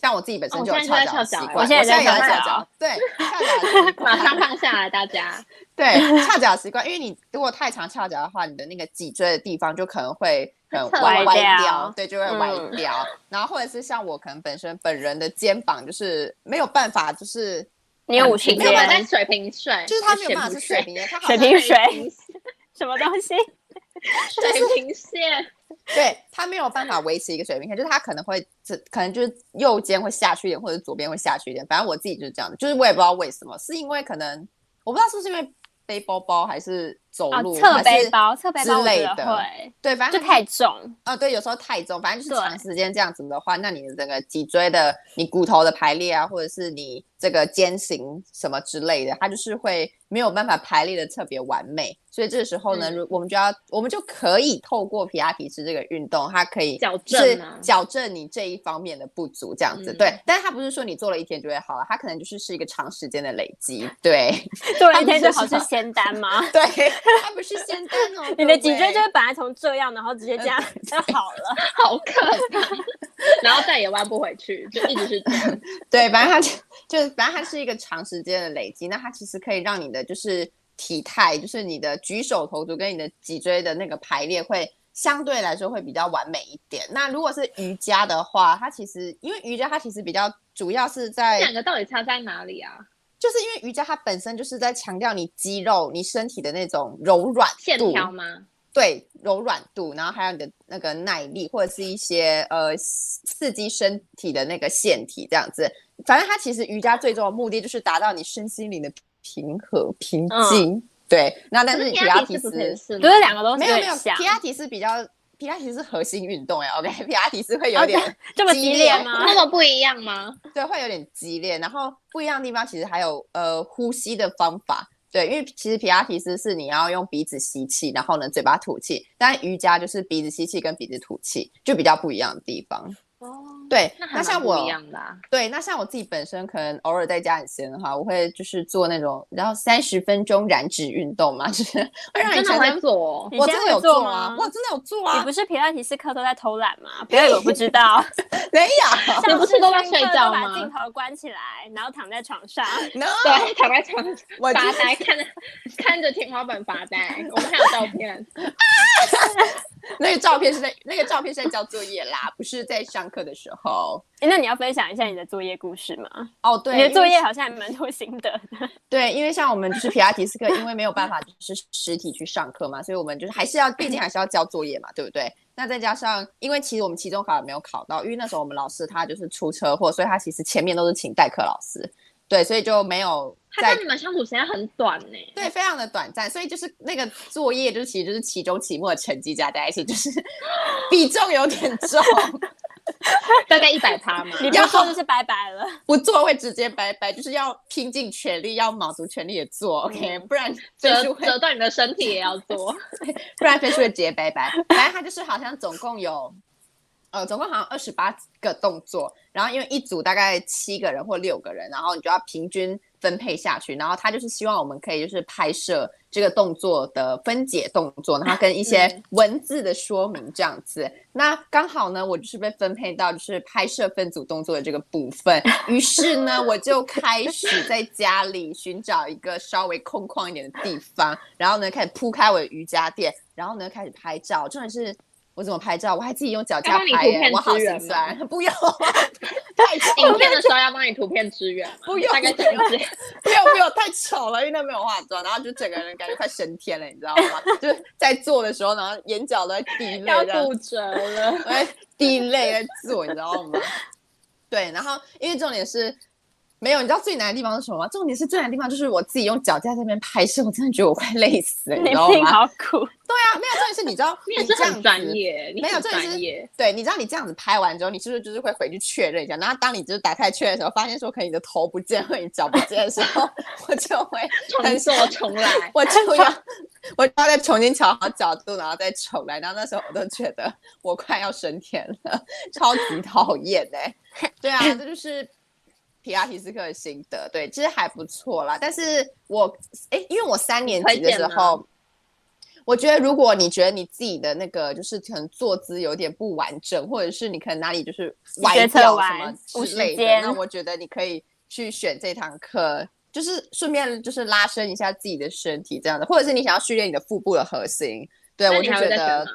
S2: 像我自己本身
S1: 哦
S2: 就有
S1: 我现在
S2: 翘
S1: 就在
S2: 脚
S1: 翘脚
S2: 的习
S1: 欸
S2: 惯，我
S3: 我现在
S2: 在
S3: 也
S2: 也在
S3: 在
S2: 翘
S3: 翘
S2: 脚，对，翘脚的 习
S1: 马
S2: 惯
S1: 上放下来，大家。
S2: 对，翘脚习惯，因为你如果太常翘脚的话，你的那个脊椎的地方就可能会很
S1: 侧
S2: 歪
S3: 歪
S2: 掉，
S3: 掉
S2: 对，就会歪
S3: 嗯
S2: 掉。然后或者是像我可能本身本人的肩膀就是没有办法，就是
S3: 你有五十
S1: 没有办法
S3: 肩，
S1: 是水平水，
S2: 就是它没有办法
S1: 水
S2: 是
S1: 平
S2: 水
S1: 水
S2: 平的，它好
S3: 水
S2: 像
S3: 平水
S1: 平
S3: 什么东 西？
S1: 水平线，
S2: 对它没有办法维持一个水平线，就是它可能会这可能就是右肩会下去一点，或者是左边会下去一点。反正我自己就是这样的，就是我也不知道为什么，是因为可能我不知道是不是因为背包包还是走
S3: 哦
S2: 路、，
S3: 侧
S2: 还
S3: 背
S2: 是
S3: 包，侧背包我
S2: 之类
S3: 觉得
S2: 的
S3: 会，
S2: 对，反
S3: 就
S2: 正它
S3: 太重。
S2: 啊，对，有时候太重，反正就是
S3: 对
S2: 长时间这样子的话，那你的整个脊椎的、你骨头的排列啊，或者是你这个肩型什么之类的，它就是会没有办法排列的特别完美。所以这时候呢，
S1: 嗯
S2: 如我们就要，我们就可以透过皮拉提斯这个运动，它可以
S1: 矫
S2: 就是
S1: 正啊
S2: 矫正你这一方面的不足，这样子。
S1: 嗯
S2: 对，但是它不是说你做了一天就会好啊了，它可能就是是一个长时间的累积。对，
S3: 做
S2: 他
S3: 了一
S2: 们
S3: 天
S2: 是
S3: 就好
S2: 什
S3: 是
S2: 么
S3: 仙丹吗？。
S2: 对，它不是仙丹哦
S3: 你的
S2: 各
S3: 脊
S2: 位
S3: 椎就会本来从这样，然后直接
S2: 呃
S3: 这 样就好了。
S1: 好可怕，然后再也弯不回去，就一直是这样。
S2: 对，反正它就就是，反正它是一个长时间的累积。那它其实可以让你的就是体态，就是你的举手投足跟你的脊椎的那个排列会相对来说会比较完美一点。那如果是瑜伽的话，它其实因为瑜伽它其实比较主要是
S1: 这
S2: 在，
S1: 两个到底差在哪里啊？
S2: 就是因为瑜伽它本身就是在强调你肌肉、你身体的那种柔软
S1: 线
S2: 度，
S1: 条吗？
S2: 对柔软度，然后还有你的那个耐力，或者是一些呃刺刺激身体的那个腺体这样子。反正它其实瑜伽最终的目的就是达到你身心灵的平和平
S3: 嗯
S2: 静。对，那但
S1: 可
S2: 是
S1: 是
S2: 皮
S1: 皮
S2: 拉
S1: 拉
S2: 提
S1: 提
S2: 斯
S1: 斯不是是
S3: 不是两个都
S2: 没有没有
S3: 很像
S2: 皮，拉提斯比较皮拉提斯是核心运动哎，OK，皮 拉提斯会有
S3: 哦
S2: 点、
S3: 这么
S2: 激
S3: 激
S2: 烈
S3: 烈 吗？
S1: 那么不一样吗？
S2: 对，会有点激烈。然后不一样的地方其实还有呃呼吸的方法，对，因为其实皮拉提斯是你要用鼻子吸气，然后呢嘴巴吐气，但瑜伽就是鼻子吸气跟鼻子吐气，就比较不一样的地方。
S1: 哦，
S2: 对，
S1: 那
S2: 那
S1: 还蛮
S2: 像
S1: 不
S2: 我
S1: 一样的啊。
S2: 对，那像我自己本身可能偶尔在家很闲的话，我会就是做那种然后三十分钟燃脂运动嘛，就是会让你
S1: 真的
S2: 全
S1: 会
S2: 身。
S1: 做哦，
S3: 你
S2: 我
S3: 现
S2: 真
S3: 在
S2: 的有
S3: 会做
S2: 啊
S3: 吗，
S2: 我真的有做
S3: 你
S2: 啊
S3: 不，是皮拉提斯课都在偷 懒吗？不要以为我不知道，
S2: 没有。
S1: 你不是都在
S3: 上
S1: 睡
S3: 课
S1: 觉
S3: 把
S1: 吗
S3: 镜头关起来，然后躺在床上。
S2: No，
S1: 对，啊躺在床上
S2: 我就
S1: 发呆，看着看着天花板发呆。我们还有照片，
S2: 那个照片是在那个照片是在交作业啦，不是在上课的时候。
S3: 诶那你要分享一下你的作业故事吗？
S2: 哦，对，
S3: 你的
S2: 因
S3: 作
S2: 为
S3: 业好像还蛮多心得的。
S2: 对，因为像我们就是皮拉提斯课，因为没有办法就是实体去上课嘛，所以我们就是还是要，毕竟还是要交作业嘛，对不对？那再加上，因为其实我们期中考也没有考到，因为那时候我们老师他就是出车祸，所以他其实前面都是请代课老师，对，所以就没有
S1: 他
S2: 在
S1: 跟你们相处时间很短呢。
S2: 对，非常的短暂，所以就是那个作业，就是其实就是期中、期末的成绩加在一起，就是 比重有点重，
S1: 大概一百趴嘛。
S3: 你不做就是拜 拜了。
S2: 不做会直接拜拜，就是要拼尽全力，要卯足全力的做，OK，不
S3: 嗯
S2: 然分
S1: 折
S2: 数会
S1: 折断你的身体也要做，
S2: 不然分数会直接拜拜。反正他就是好像总共有，呃，总共好像二十八个动作，然后因为一组大概七个人或六个人，然后你就要平均分配下去。然后他就是希望我们可以就是拍摄这个动作的分解动作，然后跟一些
S1: 嗯
S2: 文字的说明这样子。那刚好呢，我就是被分配到就是拍摄分组动作的这个部分，于是呢，我就开始在家里寻找一个稍微空旷一点的地方，然后呢，开始铺开我的瑜伽垫，然后呢，开始拍照。重点是我怎么拍照？我还自己用脚
S1: 要
S2: 架
S1: 帮你
S2: 拍、
S1: 图
S2: 耶，
S1: 片
S2: 我好
S1: 支
S2: 心
S1: 援
S2: 酸。 不用，太丑
S1: 影
S2: 了，
S1: 片的时候要帮你图片支援嘛，
S2: 不用
S1: 大概就是这样。
S2: 不用，不用，太丑了，因为那没有化妆，然后就整个人感觉快升天了，你知道吗？ 就是在做的时候，然后眼角都在 滴泪，
S1: 要
S2: 这样
S1: 骨折了，
S2: 我在滴泪在做，你知道吗？ 对，然后因为重点是没有，你知道最难的地方是什么吗？重点是最难的地方就是我自己用脚架在那边拍摄，我真的觉得我快累死了，你
S3: 你
S2: 知 道
S3: 命
S2: 吗？
S3: 好苦，
S2: 对啊，没有重点是你知道
S1: 你也是
S2: 这样
S1: 很
S2: 子
S1: 专业，你
S2: 没有
S1: 很
S2: 这也是
S1: 专业。
S2: 对，你知道你这样子拍完之后，你是不是就是会回去确认一下？然后当你就是打开确认的时候，发现说可能你的头不见或者你脚不见的时候， 我就会，
S1: 重做重来
S2: 我就要我就要再重新调好角度，然后再重来。然后那时候我都觉得我快要升天了，超 级讨厌哎、对啊，这就是皮拉提斯课的心得。对，其实还不错啦。但是我哎、因为我三年级的时
S1: 推荐
S2: 候，我觉得如果你觉得你自己的那个就是可能坐姿有点不完整，或者是你可能哪里就是歪
S3: 你觉得
S2: 掉
S3: 完
S2: 什么
S3: 无
S2: 之类
S3: 时
S2: 的，
S3: 间
S2: 那我觉得你可以去选这堂课，就是顺便就是拉伸一下自己的身体这样的，或者是你想要训练你的腹部的核心。 对，
S1: 那
S2: 我
S1: 你
S2: 就
S1: 还
S2: 觉
S1: 会再选
S2: 得
S1: 吗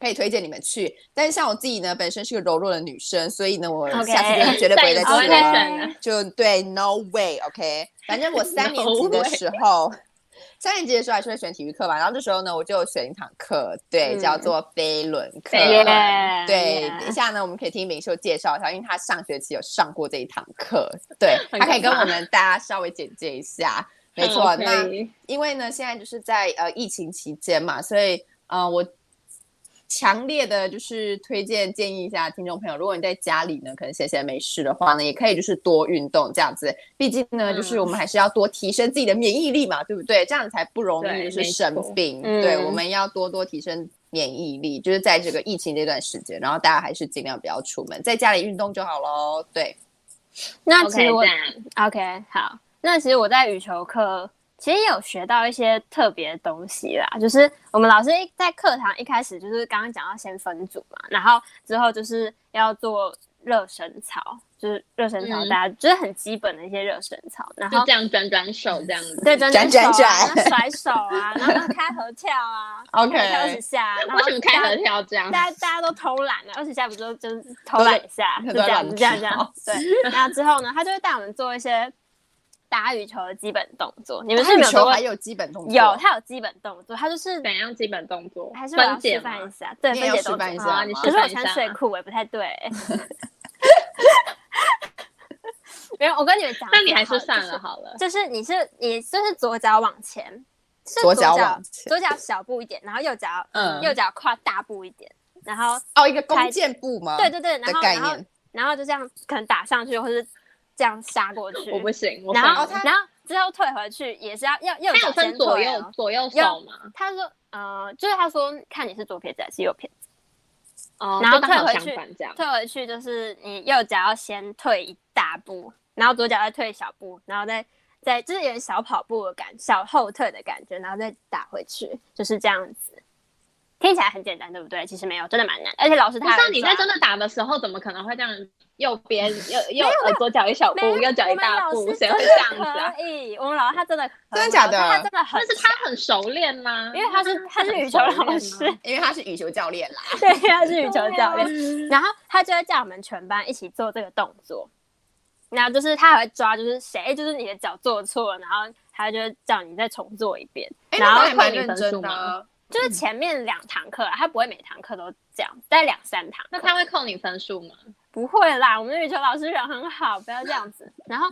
S2: 可以推荐你们去。但是像我自己呢，本身是个柔弱的女生，所以呢，我
S3: OK
S2: 下次嗯就绝对不会
S1: 再
S2: 再
S1: 也不
S2: 去
S1: 会
S2: 了
S1: 再。选了。
S2: 就对，no way，OK、反正我三年级 的
S1: No way
S2: 时候，三年级的时候还是会选体育课嘛。然后这时候呢，我就选一堂课，对，
S3: 嗯
S2: 叫做飞轮课。
S1: 飞轮
S2: 对，等一下呢，我们可以听明秀介绍一下，因为她上学期有上过这一堂课，对，
S1: 很
S2: 她可以
S1: 可
S2: 跟
S1: 怕
S2: 我们大家稍微简介一下。没错，
S1: 好
S2: 那
S1: 可以
S2: 因为呢，现在就是在呃疫情期间嘛，所以呃我强烈的就是推荐建议一下听众朋友，如果你在家里呢，可能闲闲没事的话呢，也可以就是多运动这样子。毕竟呢，
S1: 嗯
S2: 就是我们还是要多提升自己的免疫力嘛，对不对？这样你才不容易
S1: 对
S2: 就是
S1: 没
S2: 生
S1: 错
S2: 病。
S3: 嗯
S2: 对，我们要多多提升免疫力，就是在这个疫情这段时间，然后大家还是尽量不要出门，在家里运动就好喽。对，
S3: 那其实
S1: OK，
S3: 我
S1: 赞
S3: OK 好，那其实我在羽球课其实也有学到一些特别的东西啦，就是我们老师一在课堂一开始就是刚刚讲到先分组嘛，然后之后就是要做热身操，就是热身操，
S1: 嗯
S3: 大家、就是很基本的一些热身操，然
S1: 就
S3: 后
S1: 这样转转手这样子。
S3: 对，转
S2: 转
S3: 转手
S2: 转
S3: 啊
S2: 转
S3: 然后甩手啊，然后开合跳啊
S2: OK
S3: 开合跳二十下啊，然
S1: 为
S3: 后
S1: 什么开
S3: 大
S1: 合跳这样？
S3: 大家大家都偷懒了，二十下不就就是偷懒一下，
S2: 都
S3: 就
S2: 在
S3: 这样
S2: 都在
S3: 就这样
S2: 懒
S3: 这样。对，然后之后呢，他就会带我们做一些打羽球的基本动作。你们是
S2: 羽
S3: 没有做
S2: 球
S3: 过
S2: 还？有基本动作，
S3: 有，他有基本动作，他就是
S1: 怎样基本动作？
S3: 还是我要
S1: 分解
S3: 示范一
S1: 吗？
S3: 下，对，
S2: 你也
S3: 分
S2: 要
S3: 解
S2: 示
S3: 动
S2: 范一
S3: 作。
S2: 下
S1: 好啊，你
S2: 吗
S1: 示
S3: 可是我
S1: 范一
S3: 穿
S1: 下
S3: 睡
S1: 啊。
S3: 裤，我也不太对。 没有，我跟你们讲，
S1: 那你还是
S3: 好
S1: 算
S3: 就是
S1: 了好 了。
S3: 就是你是你就是左脚往前，是
S2: 左脚
S3: 脚
S2: 往前
S3: 左脚小步一点，然后右脚
S2: 嗯
S3: 右脚跨大步一点，然后
S2: 哦，一个弓
S3: 开
S2: 箭步吗？
S3: 对对对，然
S2: 的
S3: 后
S2: 概
S3: 然后
S2: 念。
S3: 然后就这样可能打上去，或是这样杀过去，
S1: 我不行，我
S3: 然
S1: 放
S3: 后哦
S1: 了
S2: 他
S3: 然后之后退回去也是要要右
S1: 它
S3: 脚
S1: 有
S3: 先
S1: 分左
S3: 退
S1: 右
S3: 哦。
S1: 左右手吗？
S3: 他说呃，就是他说看你是左撇子还是右撇子，
S1: 哦
S3: 然后
S1: 就刚好
S3: 退回
S1: 相
S3: 去
S1: 反这样。
S3: 退回去就是你右脚要先退一大步，然后左脚再退一小步，然后再再就是有点小跑步的感，小后退的感觉，然后再打回去，就是这样子。听起来很简单，对不对？其实没有，真的蛮难。而且老师
S1: 不
S3: 他
S1: 知
S3: 还
S1: 道
S3: 会
S1: 你
S3: 抓
S1: 在真的打的时候，怎么可能会这样？右边 右右呃左脚一小步
S3: 没有，
S1: 右脚
S3: 我
S1: 一
S3: 们
S1: 大
S3: 老
S1: 步，
S3: 师
S1: 谁
S3: 真
S1: 会
S3: 的
S1: 这样子啊？
S3: 可以，我们老师他真的可以
S2: 真的假的
S3: 他真的很
S1: 但，是他很熟练吗？
S3: 因为他是他是羽球老师，
S2: 因为他是羽球教练啦。
S3: 对，他是羽球教练，
S1: 练。
S3: 然后他就会叫我们全班一起做这个动作，然后就是他还会抓，就是谁就是你的脚做错了，然后他就会叫你再重做一遍，
S2: 哎，
S3: 然
S2: 那
S3: 后
S2: 他还蛮
S1: 扣你
S2: 认
S1: 分
S2: 真
S1: 数
S2: 的啊。
S3: 就是前面两堂课啊，他不会每堂课都这样，大概两三堂课。
S1: 那他会扣你分数吗？
S3: 不会啦，我们的羽球老师人很好，不要这样 子。然后，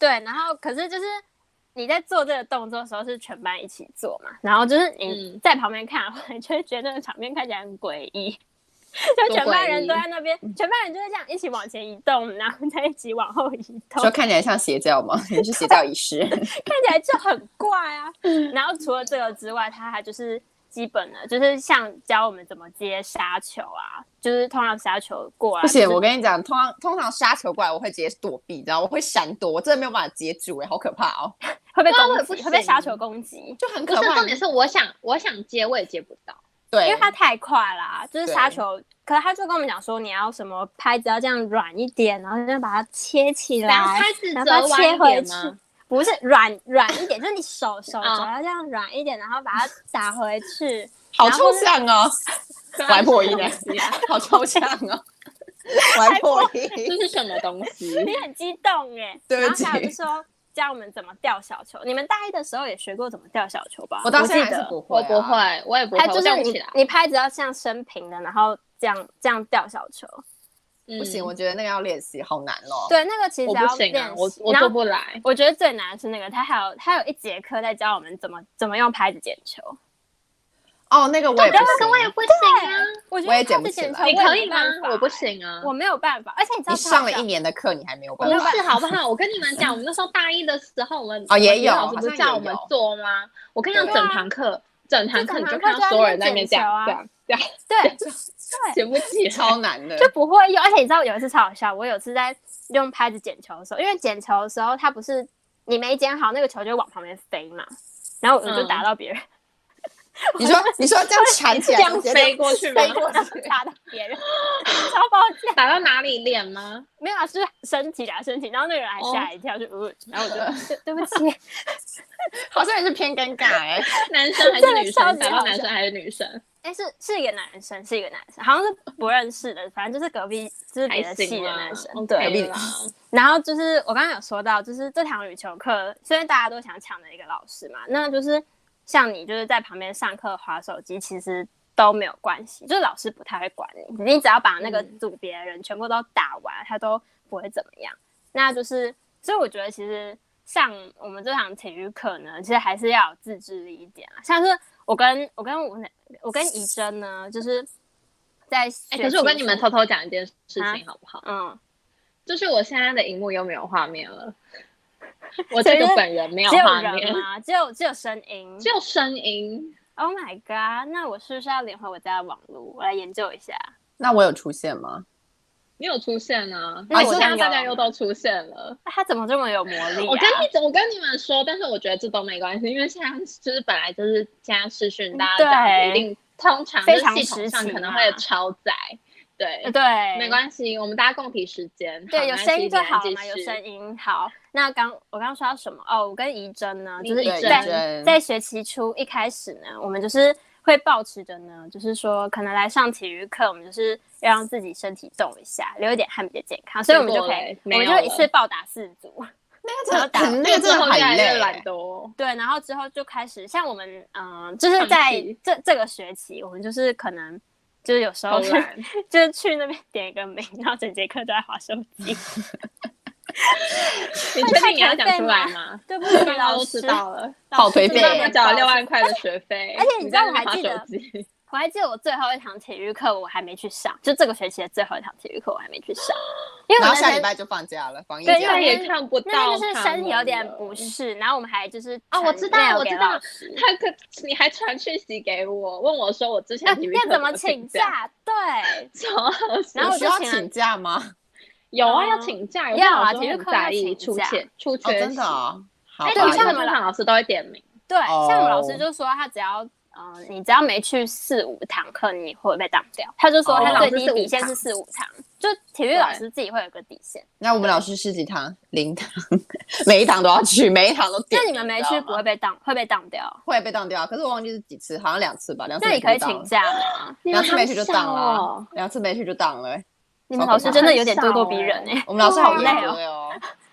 S3: 对，然后可是就是你在做这个动作的时候是全班一起做嘛，然后就是你
S1: 嗯
S3: 在旁边看的话，你就会觉得那个场面看起来很诡异， 就全班人都在那边，全班人就是这样一起往前移动，然后再一起往后移动，
S2: 说看起来像邪教吗？你是邪教仪式？
S3: 看起来就很怪啊。
S2: 嗯
S3: 然后除了这个之外，他还就是基本的，就是像教我们怎么接杀球啊，就是通常杀球过来，啊
S2: 不行，
S3: 就是
S2: 我跟你讲，通常通常杀球过来，我会直接躲避，然后我会闪躲，我真的没有办法接住，哎，好可怕哦，
S3: 会被
S1: 对啊我也
S3: 攻
S1: 不
S3: 击，会被
S1: 行
S3: 杀球攻击。
S2: 就很
S1: 不
S2: 可
S1: 是，
S2: 怕
S1: 重。点是我想我想接，我也接不到。
S2: 对，
S3: 因为它太快啦，就是
S2: 对
S3: 杀球。可是他就跟我们讲说，你要什么拍子要这样软一点，然后这样把它切起
S1: 然后
S2: 啊
S3: 来，
S1: 开始
S3: 然后把
S1: 折
S3: 它
S1: 弯
S3: 切
S1: 一
S3: 回
S1: 点
S3: 去
S1: 吗？。
S3: 不是软软一点，就是你手手肘
S1: 哦
S3: 要这样软一点，然后把它打回去。
S2: 好
S3: 然
S2: 抽
S3: 后是
S2: 象哦，
S1: 白
S2: 玩破音哎，
S3: 啊
S2: 好抽象哦， 玩破音
S1: 这。是什么东西？
S3: 你很激动耶！
S2: 对
S3: 然
S2: 不
S3: 后
S2: 起
S3: 还有就说教我们怎么吊小球。你们大一的时候也学过怎么吊小球吧？
S2: 我到
S3: 记
S2: 现在还是
S3: 得
S2: 不会、啊哎
S1: 我不。会，我也不
S3: 它
S1: 会，
S3: 就
S1: 我
S3: 是
S1: 站不起
S3: 你
S1: 来。
S3: 你拍子要像生平的，然后这样这样吊小球。
S1: 嗯
S2: 不行，我觉得那个要练习，好难哦。，
S3: 对，那个其实
S1: 我
S3: 要
S1: 不行啊
S3: 练，
S1: 我
S3: 习
S1: 我
S3: 然后
S1: 做不来。
S3: 我觉得最难的是那个，他还有他有一节课在教我们怎么怎么用拍子捡球。
S2: 哦，那个我也不
S1: 那个我也
S2: 行。
S1: 不行啊，
S3: 我觉得
S2: 我也
S3: 拍
S2: 捡不
S3: 子
S2: 起
S3: 捡
S2: 来
S3: 球我
S1: 你
S3: 也
S1: 可
S3: 没
S1: 以吗
S3: 办？法
S1: 我不，行啊，
S3: 我没有办法。而且你知道
S2: 你
S3: 超
S2: 上
S3: 好
S2: 了一
S3: 笑，
S2: 年的课，你还没有
S1: 不
S2: 办法。
S1: 是好不好？我跟你们讲，我们那时候大一的时候，我们
S2: 哦也有
S1: 我们老师不是叫我们做吗？我跟你讲，
S2: 对
S1: 整堂课，整堂课
S3: 就
S1: 你
S3: 啊整堂
S1: 就
S3: 课
S1: 看到所有人在那边这
S3: 就在
S1: 样这
S3: 那边啊
S1: 样这样，
S3: 对
S1: 捡不起来。
S2: 超难的，
S3: 就不会用。而且你知道有一次超好笑，我有一次在用拍子捡球的时候，因为捡球的时候它不是你没捡好，那个球就往旁边飞嘛，然后我就
S1: 嗯
S3: 打到别人。
S2: 你说你说这样缠起来，
S1: 这样飞过去吗
S2: 飞过去，
S3: 打到别人， 超抱歉，
S1: 打到哪里脸吗？
S3: 没有啊，是身体啊身体，然后那个人还吓一跳，就呃，然后我就对对不起，
S2: 哦好像也是偏尴尬哎、
S1: 男生还是女生？打到男生还是女生？
S3: 哎，是是一个男生，是一个男生，好像是不认识的，反正就是隔壁，就是别的系的男生，
S1: 还
S3: 对
S1: 行啦，OK 啦
S3: 然后就是我刚刚有说到，就是这堂羽球课，虽然大家都想抢的一个老师嘛，那就是像你就是在旁边上课划手机，其实都没有关系，就是老师不太会管你，你只要把那个
S1: 嗯
S3: 组别的人全部都打完，他都不会怎么样。那就是，所以我觉得其实像我们这堂体育课呢，其实还是要有自制力一点啊。像是我跟我跟我我跟怡珍呢，就是在
S1: 哎、
S3: 学
S1: 可是我跟
S3: 期
S1: 你们偷
S3: 初
S1: 偷讲一件事
S3: 啊
S1: 情好不好？
S3: 嗯，
S1: 就是我现在的荧幕又没有画面了，我
S3: 所以
S1: 这个
S3: 就
S1: 本人没有
S3: 只有
S1: 画
S3: 人啊
S1: 面，
S3: 吗？只有只有声音，
S1: 只有声音。
S3: Oh my god！那我是不是要连回我家的网络，我来研究一下？
S2: 那我有出现吗？
S1: 你有出现啊？那
S3: 那我
S1: 我
S3: 这
S1: 现
S3: 样
S1: 在大家
S3: 有
S1: 又都出现了。
S3: 啊他怎么这么有魔力、啊？
S1: 我跟你讲我跟你们说，但是我觉得这都没关系，因为现在 就是本来就是现在视讯，大家讲
S3: 嗯对
S1: 一定通常
S3: 非
S1: 就是
S3: 常
S1: 系
S3: 时
S1: 统上
S3: 期
S1: 可能
S3: 嘛
S1: 会超载，对
S3: 呃，对，
S1: 没关系，我们大家共体时间。
S3: 对，有声音就好了嘛，
S1: 嘛，
S3: 有声音好。那刚我刚刚说到什么？哦，我跟怡珍呢，
S1: 你
S3: 就是
S1: 对怡
S3: 在
S2: 珍
S3: 在学期初一开始呢，我们就是会保持着呢，就是说可能来上体育课，我们就是要让自己身体动一下，流一点汗比较健康，所以我们就可
S1: 结，
S3: 以我
S1: 果嘞
S3: 们
S1: 没有
S3: 就一次
S1: 了
S3: 暴打四组。
S2: 真
S3: 然后
S2: 的
S3: 打
S2: 很那个
S1: 之
S2: 真
S1: 后
S2: 的
S1: 越来
S2: 很
S1: 越懒
S2: 累。
S1: 惰。
S3: 对，然后之后就开始像我们，嗯、就是
S1: 放
S3: 在
S1: 弃
S3: 这这个学期，我们就是可能就是有时候
S1: 好
S3: 是
S1: 懒
S3: 就是去那边点一个名，然后整节课都在划手 机。
S1: 你确定你要讲出来吗？
S3: 对啊不起，
S1: 大家
S3: 老
S1: 都
S3: 师
S1: 知，道了，
S2: 好颓
S1: 知
S2: 废
S1: 道我
S2: 欸
S1: 们缴了六万块的学费，
S3: 而且你知道我
S1: 在
S3: 还
S1: 那
S3: 记
S1: 边划
S3: 得
S1: 手机，
S3: 我还记得我最后一堂体育课我还没去上，就这个学期的最后一堂体育课我还没去上，因为我
S2: 然后
S3: 那
S2: 下
S3: 天
S2: 礼拜就放假了，防疫
S3: 对因为
S1: 再
S2: 假。
S1: 也看不
S3: 那
S1: 到
S3: 天
S1: 他
S3: 就是
S1: 们
S3: 身体有点
S1: 了嗯
S3: 不适，然后我们还就是
S1: 哦我
S3: 传
S1: 知道
S3: mail
S1: 我
S3: 给
S1: 知道
S3: 老师
S1: 他可你还传讯息给我，问我说我之前
S3: 要
S1: 体育
S3: 啊呃要
S1: 课
S3: 怎么请
S1: 假？
S3: 假？对，
S1: 超好笑
S3: 然后我
S2: 你需
S3: 就
S2: 要
S3: 请了
S2: 请假吗？
S1: 有啊，要
S3: 嗯
S1: 请假，有
S3: 要
S1: 些老
S3: 啊
S1: 师
S3: 体育
S1: 会很
S3: 课
S1: 在
S3: 要
S1: 意
S3: 请
S1: 出
S3: 假
S1: 欠出
S2: 哦，
S1: 缺
S2: 真的
S1: 席
S2: 啊，好
S1: 哎，
S3: 对
S1: 对，
S2: 吧
S3: 像
S1: 像
S3: 我
S1: 我
S3: 们
S1: 们
S3: 老
S1: 老师都会点名，
S3: 对，像我老师
S2: 哦
S3: 就说他只要呃，你只要没去四五堂课，你会被挡掉。他就说
S2: 哦
S3: 他
S2: 老
S3: 最
S1: 师
S3: 低
S1: 是
S3: 底
S1: 五
S3: 线是
S1: 堂
S3: 四五堂，就体育老
S1: 对
S3: 师自己会有个底线。
S2: 那我们老师是几堂？零堂， 每一堂都要去，每一堂都点
S3: 那
S2: 名。
S3: 你们没
S2: 知道
S3: 去
S2: 吗
S3: 不会被挡，会被挡掉。
S2: 会被当掉，可是我忘记是几次，好像两次吧，两次
S3: 那
S2: 没
S3: 你
S2: 去
S3: 可以
S2: 就当
S3: 请
S2: 了，
S3: 假吗？
S1: 你
S2: 两
S1: 们
S2: 次
S1: 好
S2: 没去就当
S1: 少
S2: 了
S1: 哦
S2: 啊，两次没去就当了欸。
S3: 你们老师真的有点
S1: 很
S3: 咄咄
S1: 少
S3: 逼人哎、
S1: 欸
S2: 我们老师好
S3: 对啊
S2: 严格哦，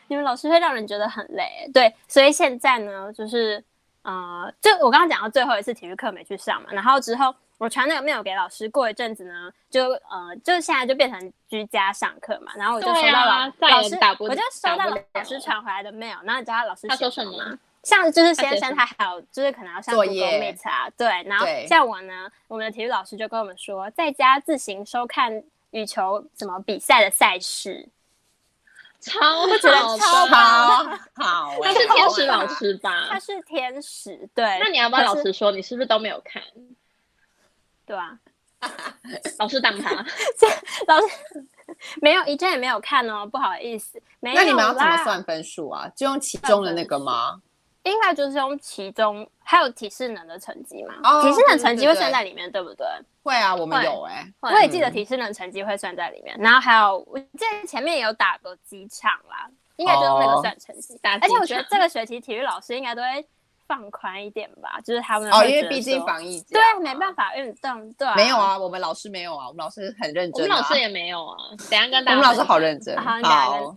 S3: 你们老师会让人觉得很累欸。对，所以现在呢，就是呃，就我刚刚讲到最后一次体育课没去上嘛，然后之后我传那个 mail 给老师，过一阵子呢，就呃，就现在就变成居家上课嘛，然后我就收
S1: 对
S3: 到
S1: 啊
S3: 老、
S1: 再也
S3: 老师
S1: 打，不
S3: 我就收
S1: 打
S3: 到
S1: 不了
S3: 老师传回来的 mail，然后你知道他老师
S1: 他
S3: 写
S1: 说什
S3: 么
S1: 么
S3: 吗？像就是
S1: 他
S3: 先
S1: 写什
S3: 生
S1: 么
S3: 他还有就是可能要上
S2: 作
S3: Google
S2: 业
S3: Meet 啊，对，然后
S2: 对
S3: 像我呢，我们的体育老师就跟我们说，在家自行收看羽球什么比赛的赛事，
S1: 超
S3: 觉得
S1: 好
S3: 超
S1: 的
S2: 好好欸，
S1: 他是
S3: 好
S1: 天使
S3: 啊
S1: 老师
S3: 他
S1: 吧？
S3: 是天使，对。
S1: 那你要不要
S3: 可
S1: 老
S3: 是
S1: 师说你是不是都没有看？
S3: 对啊，
S1: 老师挡 他，
S3: 老师没有，一阵也没有看哦，不好意思，没有
S2: 那你们要怎么
S3: 啦？
S2: 算分数啊？就用其中的那个吗？
S3: 应该就是用其中还有体适能的成绩嘛，
S2: 哦
S3: 体适能成绩会
S2: 对对对
S3: 算在里面，对不对？
S2: 会啊，我们有哎，
S3: 我也记得体适能成绩会算在里面，然后还有我记得前面也有打过几场啦，应该就是那
S2: 哦
S3: 个算成绩。
S1: 打几
S3: 而且我觉得
S1: 场
S3: 这个学期体育老师应该都会放宽一点吧，就是他们
S2: 哦，
S3: 嗯会
S2: 因
S3: 觉
S2: 为
S3: 得
S2: 毕竟
S3: 说
S2: 防疫假
S3: 对啊
S2: 嘛，
S3: 没办法运动，对、
S2: 没有。啊，我们老师没有啊，我们老师很认
S1: 我
S2: 真
S1: 们
S2: 啊，
S1: 老师也没有啊。等一下跟
S2: 我
S1: 大家分享，
S2: 们老师好认真，
S3: 啊好你等下
S2: 好，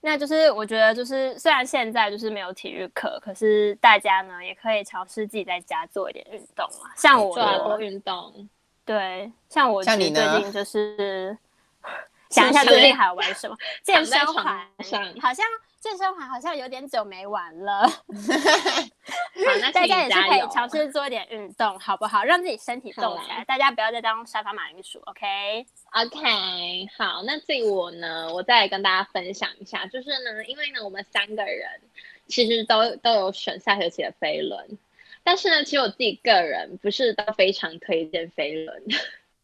S3: 那就是我觉得，就是虽然现在就是没有体育课，可是大家呢也可以尝试自己在家做一点运动啊。像我
S1: 做
S2: 没
S1: 啊
S2: 错
S1: 多
S3: 呢，
S1: 运动，
S3: 对，像我
S2: 像你
S3: 其实最
S2: 呢
S3: 近就是 想一下最近还有玩 什么健
S1: 躺在
S3: 身
S1: 床
S3: 环，
S1: 上
S3: 好像健身环好像有点久没玩了。
S1: 好，那
S3: 大
S1: 请
S3: 家也
S1: 你
S3: 是
S1: 加
S3: 可以
S1: 油。
S3: 尝试做一点运动，好不好？让自己身体动起
S1: 好
S3: 来，
S1: 啊
S3: 大家不要再当沙发马铃薯，OK？
S1: OK，好，那至于我呢，我再来跟大家分享一下，就是呢，因为呢，我们三个人其实都都有选下学期的飞轮，但是呢，其实我自己个人不是都非常推荐飞轮，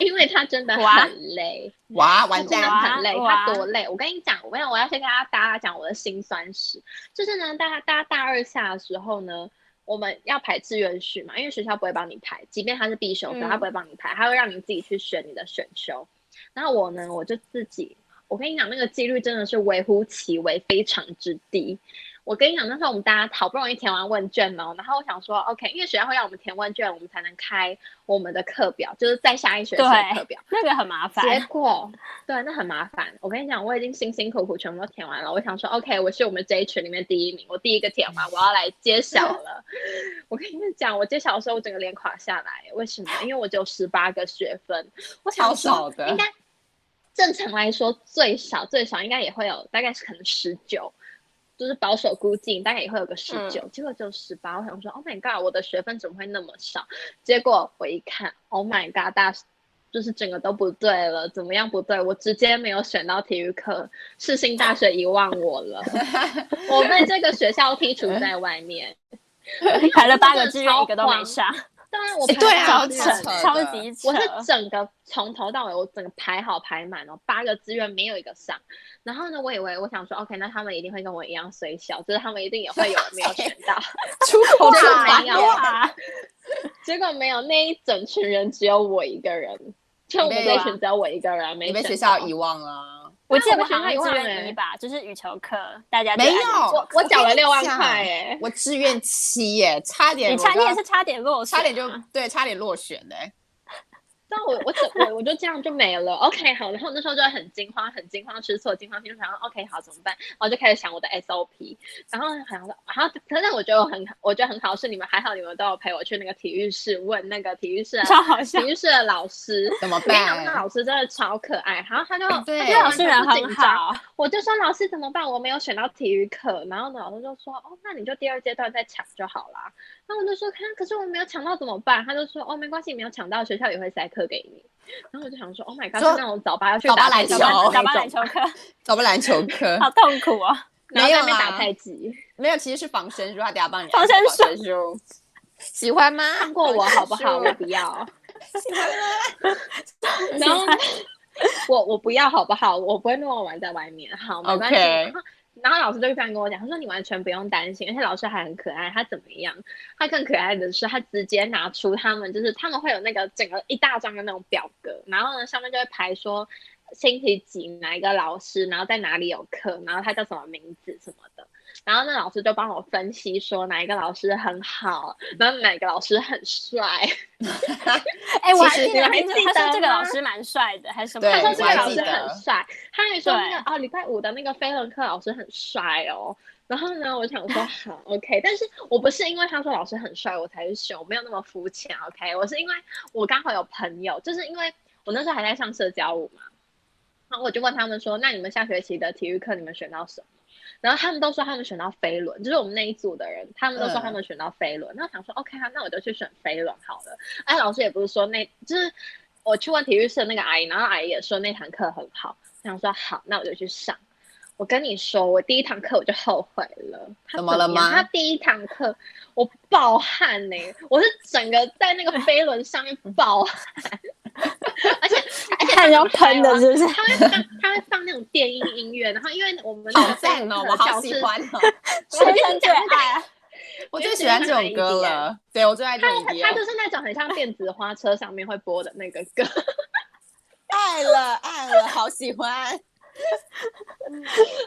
S1: 因为它真的
S3: 哇
S1: 很累。
S2: 哇，
S1: 他
S2: 完
S1: 真的
S2: 蛋，
S1: 很累，
S3: 哇
S1: 他多累！我跟你讲，没有，我要先跟大家大家讲我的辛酸史，就是呢，大家大家大二下的时候呢，我们要排志愿序嘛，因为学校不会帮你排，即便它是必修课，
S3: 嗯
S1: 它不会帮你排，它会让你自己去选你的选修。然后我呢，我就自己，我跟你讲，那个几率真的是微乎其微，非常之低。我跟你讲，那时候我们大家好不容易填完问卷嘛，然后我想说，OK，因为学校会让我们填问卷，我们才能开我们的课表，就是在下一学期的
S3: 对
S1: 课表。
S3: 那个很麻烦。
S1: 结果，对，那很麻烦。我跟你讲，我已经辛辛苦苦全部都填完了。我想说，OK，我是我们这一群里面第一名，我第一个填完，我要来揭晓了。 我跟你们讲，我揭晓的时候，我整个脸垮下来。为什么？因为我只有十八个学分，我想
S2: 超
S1: 说
S2: 少的
S1: 应该正常来说最少最少应该也会有大概是可能十九。就是保守估计，大概也会有个十九、
S2: 嗯
S1: 结果只有十八。我想说，Oh my god，我的学分怎么会那么少？结果我一看，Oh my god，大就是整个都不对了，怎么样不对？我直接没有选到体育课，世新大学遗忘我 了，我被这个学校剔除在外面。
S3: 排了八个志愿，一个都
S1: 真
S3: 没
S1: 的
S3: 上，
S1: 当然我
S2: 哎
S1: 排
S2: 对
S1: 不
S2: 啊
S1: 上
S3: 超
S1: 志
S3: 扯
S1: 愿
S2: 超扯的，
S3: 超级扯
S1: 我。 是整个从头到尾，我整个排好排满哦，八个志愿没有一个上。然后呢，我以为我想说，OK，那他们一定会跟我一样虽小，就是他们一定也 会有人没有选到。
S2: 出口
S1: 这
S2: 转
S1: 个
S2: 白
S1: 没有
S2: 话，
S3: 哇，
S1: 结果没有，那一整群人只有我一个人，就我们
S2: 你被
S1: 这群只有我一个人啊没
S2: 你被学
S1: 选
S2: 校
S1: 到。
S2: 遗忘啊了。
S3: 我记得我好
S1: 我学校
S3: 像志
S1: 遗忘
S3: 愿
S1: 欸
S3: 一吧，就是羽球课，大家就
S2: 没有
S3: 按着做
S1: 我我缴了六万
S2: 我跟你讲
S1: 块哎、
S2: 我志愿七耶，差点
S3: 你
S2: 我
S3: 差
S2: 刚，
S3: 你也是差点落选
S2: 差
S3: 啊，
S2: 点就对，差点落选嘞。
S1: 但我我怎我我就这样就没了。OK，好，然后那时候就很惊慌，很惊慌失措，惊慌失措，然后 OK，好怎么办？然后就开始想我的 SOP，然后好像说，然后可是我觉得我很，我觉得很好，是你们还好，你们都有陪我去那个体育室问那个体育室的
S3: 超好
S1: 体
S3: 笑。
S1: 育室的老师。
S2: 怎么
S1: 我跟你讲，
S2: 办
S1: 那？老师真的超可爱，然后他就
S2: 对
S1: 他
S3: 因
S1: 就
S3: 为哎老
S1: 完
S3: 师
S1: 全
S3: 人
S1: 不紧
S3: 很
S1: 张，
S3: 好，
S1: 我就说老师怎么办？我没有选到体育课，然后呢，老师就说哦，那你就第二阶段再抢就好啦。然后我就说，看，可是我没有抢到怎么办？他就说哦，没关系，没有抢到，学校也会塞课给你。然后我就想说，Oh my god，
S2: 说
S1: 是那种早八要去
S2: 早八
S1: 打排
S2: 篮
S1: 球
S2: 球
S1: 那
S2: 有
S1: 种
S3: 打巴篮球课
S2: 找不篮球课
S3: 好痛苦哦。
S1: 然后在那
S2: 没有
S1: 边
S2: 啊
S1: 打太极，
S2: 没有，其实是防身术，他等下帮你
S3: 防身术
S2: 防身 术。喜欢吗？
S1: 放过我好不好？我不要。然后呢 我我不要好不好？我不会那么晚在外面，好，没关系。
S2: OK
S1: 然后然后老师就这样跟我讲，他说你完全不用担心，而且老师还很可爱。他怎么样？他更可爱的是，他直接拿出他们就是他们会有那个整个一大张的那种表格，然后呢上面就会排说星期几哪一个老师，然后在哪里有课，然后他叫什么名字什么的。然后那老师就帮我分析说哪一个老师很好，然后哪一个老师很帅，
S3: 哎，我还
S2: 其实
S3: 记得
S1: 你还
S3: 听说
S1: 记
S3: 他说
S1: 得
S3: 这个
S1: 吗
S3: 老师蛮帅的，还是什么？
S2: 对
S1: 他说这个
S2: 我还
S1: 老
S2: 记
S1: 师
S2: 得
S1: 很帅，他还说那
S3: 对
S1: 个哦，礼拜五的那个飞轮课老师很帅哦。然后呢，我想 说好 OK，但是我不是因为他说老师很帅我才去选，我没有那么肤浅 OK，我是因为我刚好有朋友，就是因为我那时候还在上社交舞嘛，然后我就问他们说，那你们下学期的体育课你们选到什么？然后他们都说他们选到飞轮，就是我们那一组的人，他们都说
S2: 嗯
S1: 他们选到飞轮。那我想说 OK 啊，那我就去选飞轮好了。哎，老师也不是说那，就是我去问体育室的那个阿姨，然后阿姨也说那堂课很好，我想说好，那我就去上。我跟你说，我第一堂课我就后悔了。他
S2: 怎么了
S1: 样
S2: 吗
S1: 他第一堂课我暴汗呢、我是整个在那个飞轮上面暴汗， 而且而且
S3: 看人家喷的，
S1: 是。
S3: 是不是？
S1: 哦他会放他会放那种电音音乐，然后因为我们那
S2: 好
S1: 个
S2: 赞哦，我
S1: 教
S2: 好喜
S1: 室
S2: 欢 哦，
S3: 学生最爱啊，
S2: 我最喜欢这首歌了。对，我最爱这
S1: 他
S2: 种歌，
S1: 他就是那种很像电子花车上面会播的那个歌，
S2: 爱了爱了，好喜欢。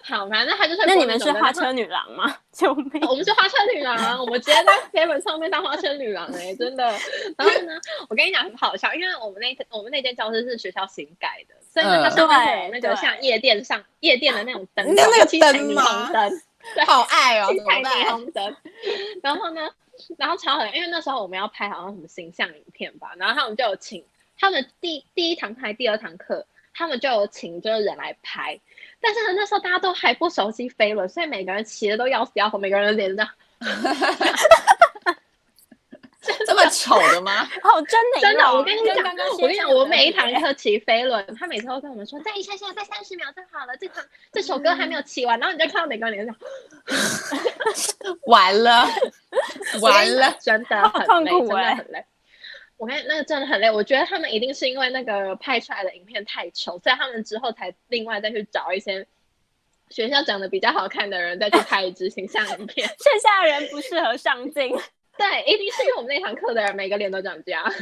S1: 好，反正他就是会播
S3: 那
S1: 种
S3: 你
S1: 的。
S3: 们是
S1: 然
S3: 花
S1: 后
S3: 车女郎吗？救命！
S1: 我们是花车女郎，我们直接在 Seven 上面当花车女郎哎、真的。然后呢，我跟你讲很好笑，因为我们那我们那间教室是学校新改的，所以那个
S2: 嗯
S1: 上面会有
S3: 对
S1: 那个
S3: 对
S1: 像夜店上夜店的那种灯，
S2: 你知道那个
S1: 七彩
S2: 灯
S1: 霓
S2: 吗
S1: 虹灯，对
S2: 好爱 哦，
S1: 七
S2: 怎么
S1: 彩霓
S2: 办？
S1: 虹灯。然后呢，然后超好笑，因为那时候我们要拍好像什么形象影片吧，然后他们就有请他们第第一堂拍第二堂课，他们就有请就是人来拍，但是呢那时候大家都还不熟悉飞轮，所以每个人骑的都要死要活，每个人的脸都这样
S2: 这么丑的 吗？
S3: 哦，真的
S1: 真的，
S3: 有
S1: 我跟你
S3: 跟
S1: 讲
S3: 刚刚，
S1: 我跟你
S3: 先
S1: 讲，
S3: 生有
S1: 我每一
S3: 分
S1: 堂
S3: 别
S1: 课骑飞轮，他每次都跟我们说，再一下下，再三十秒就好了，这堂这首歌还没有骑完，然后你就看到每个人脸上，
S2: 完了
S1: 我
S2: 完
S1: 跟你
S2: 了
S1: 讲，真的很累，
S3: 好痛
S1: 真
S3: 苦
S1: 的
S3: 欸
S1: 很累。我看那个真的很累，我觉得他们一定是因为那个拍出来的影片太丑，所以他们之后才另外再去找一些学校长得比较好看的人再去拍一支形象影片。
S3: 剩下的人不适合上镜，
S1: 对，一定是因为我们那堂课的人每个脸都长这样。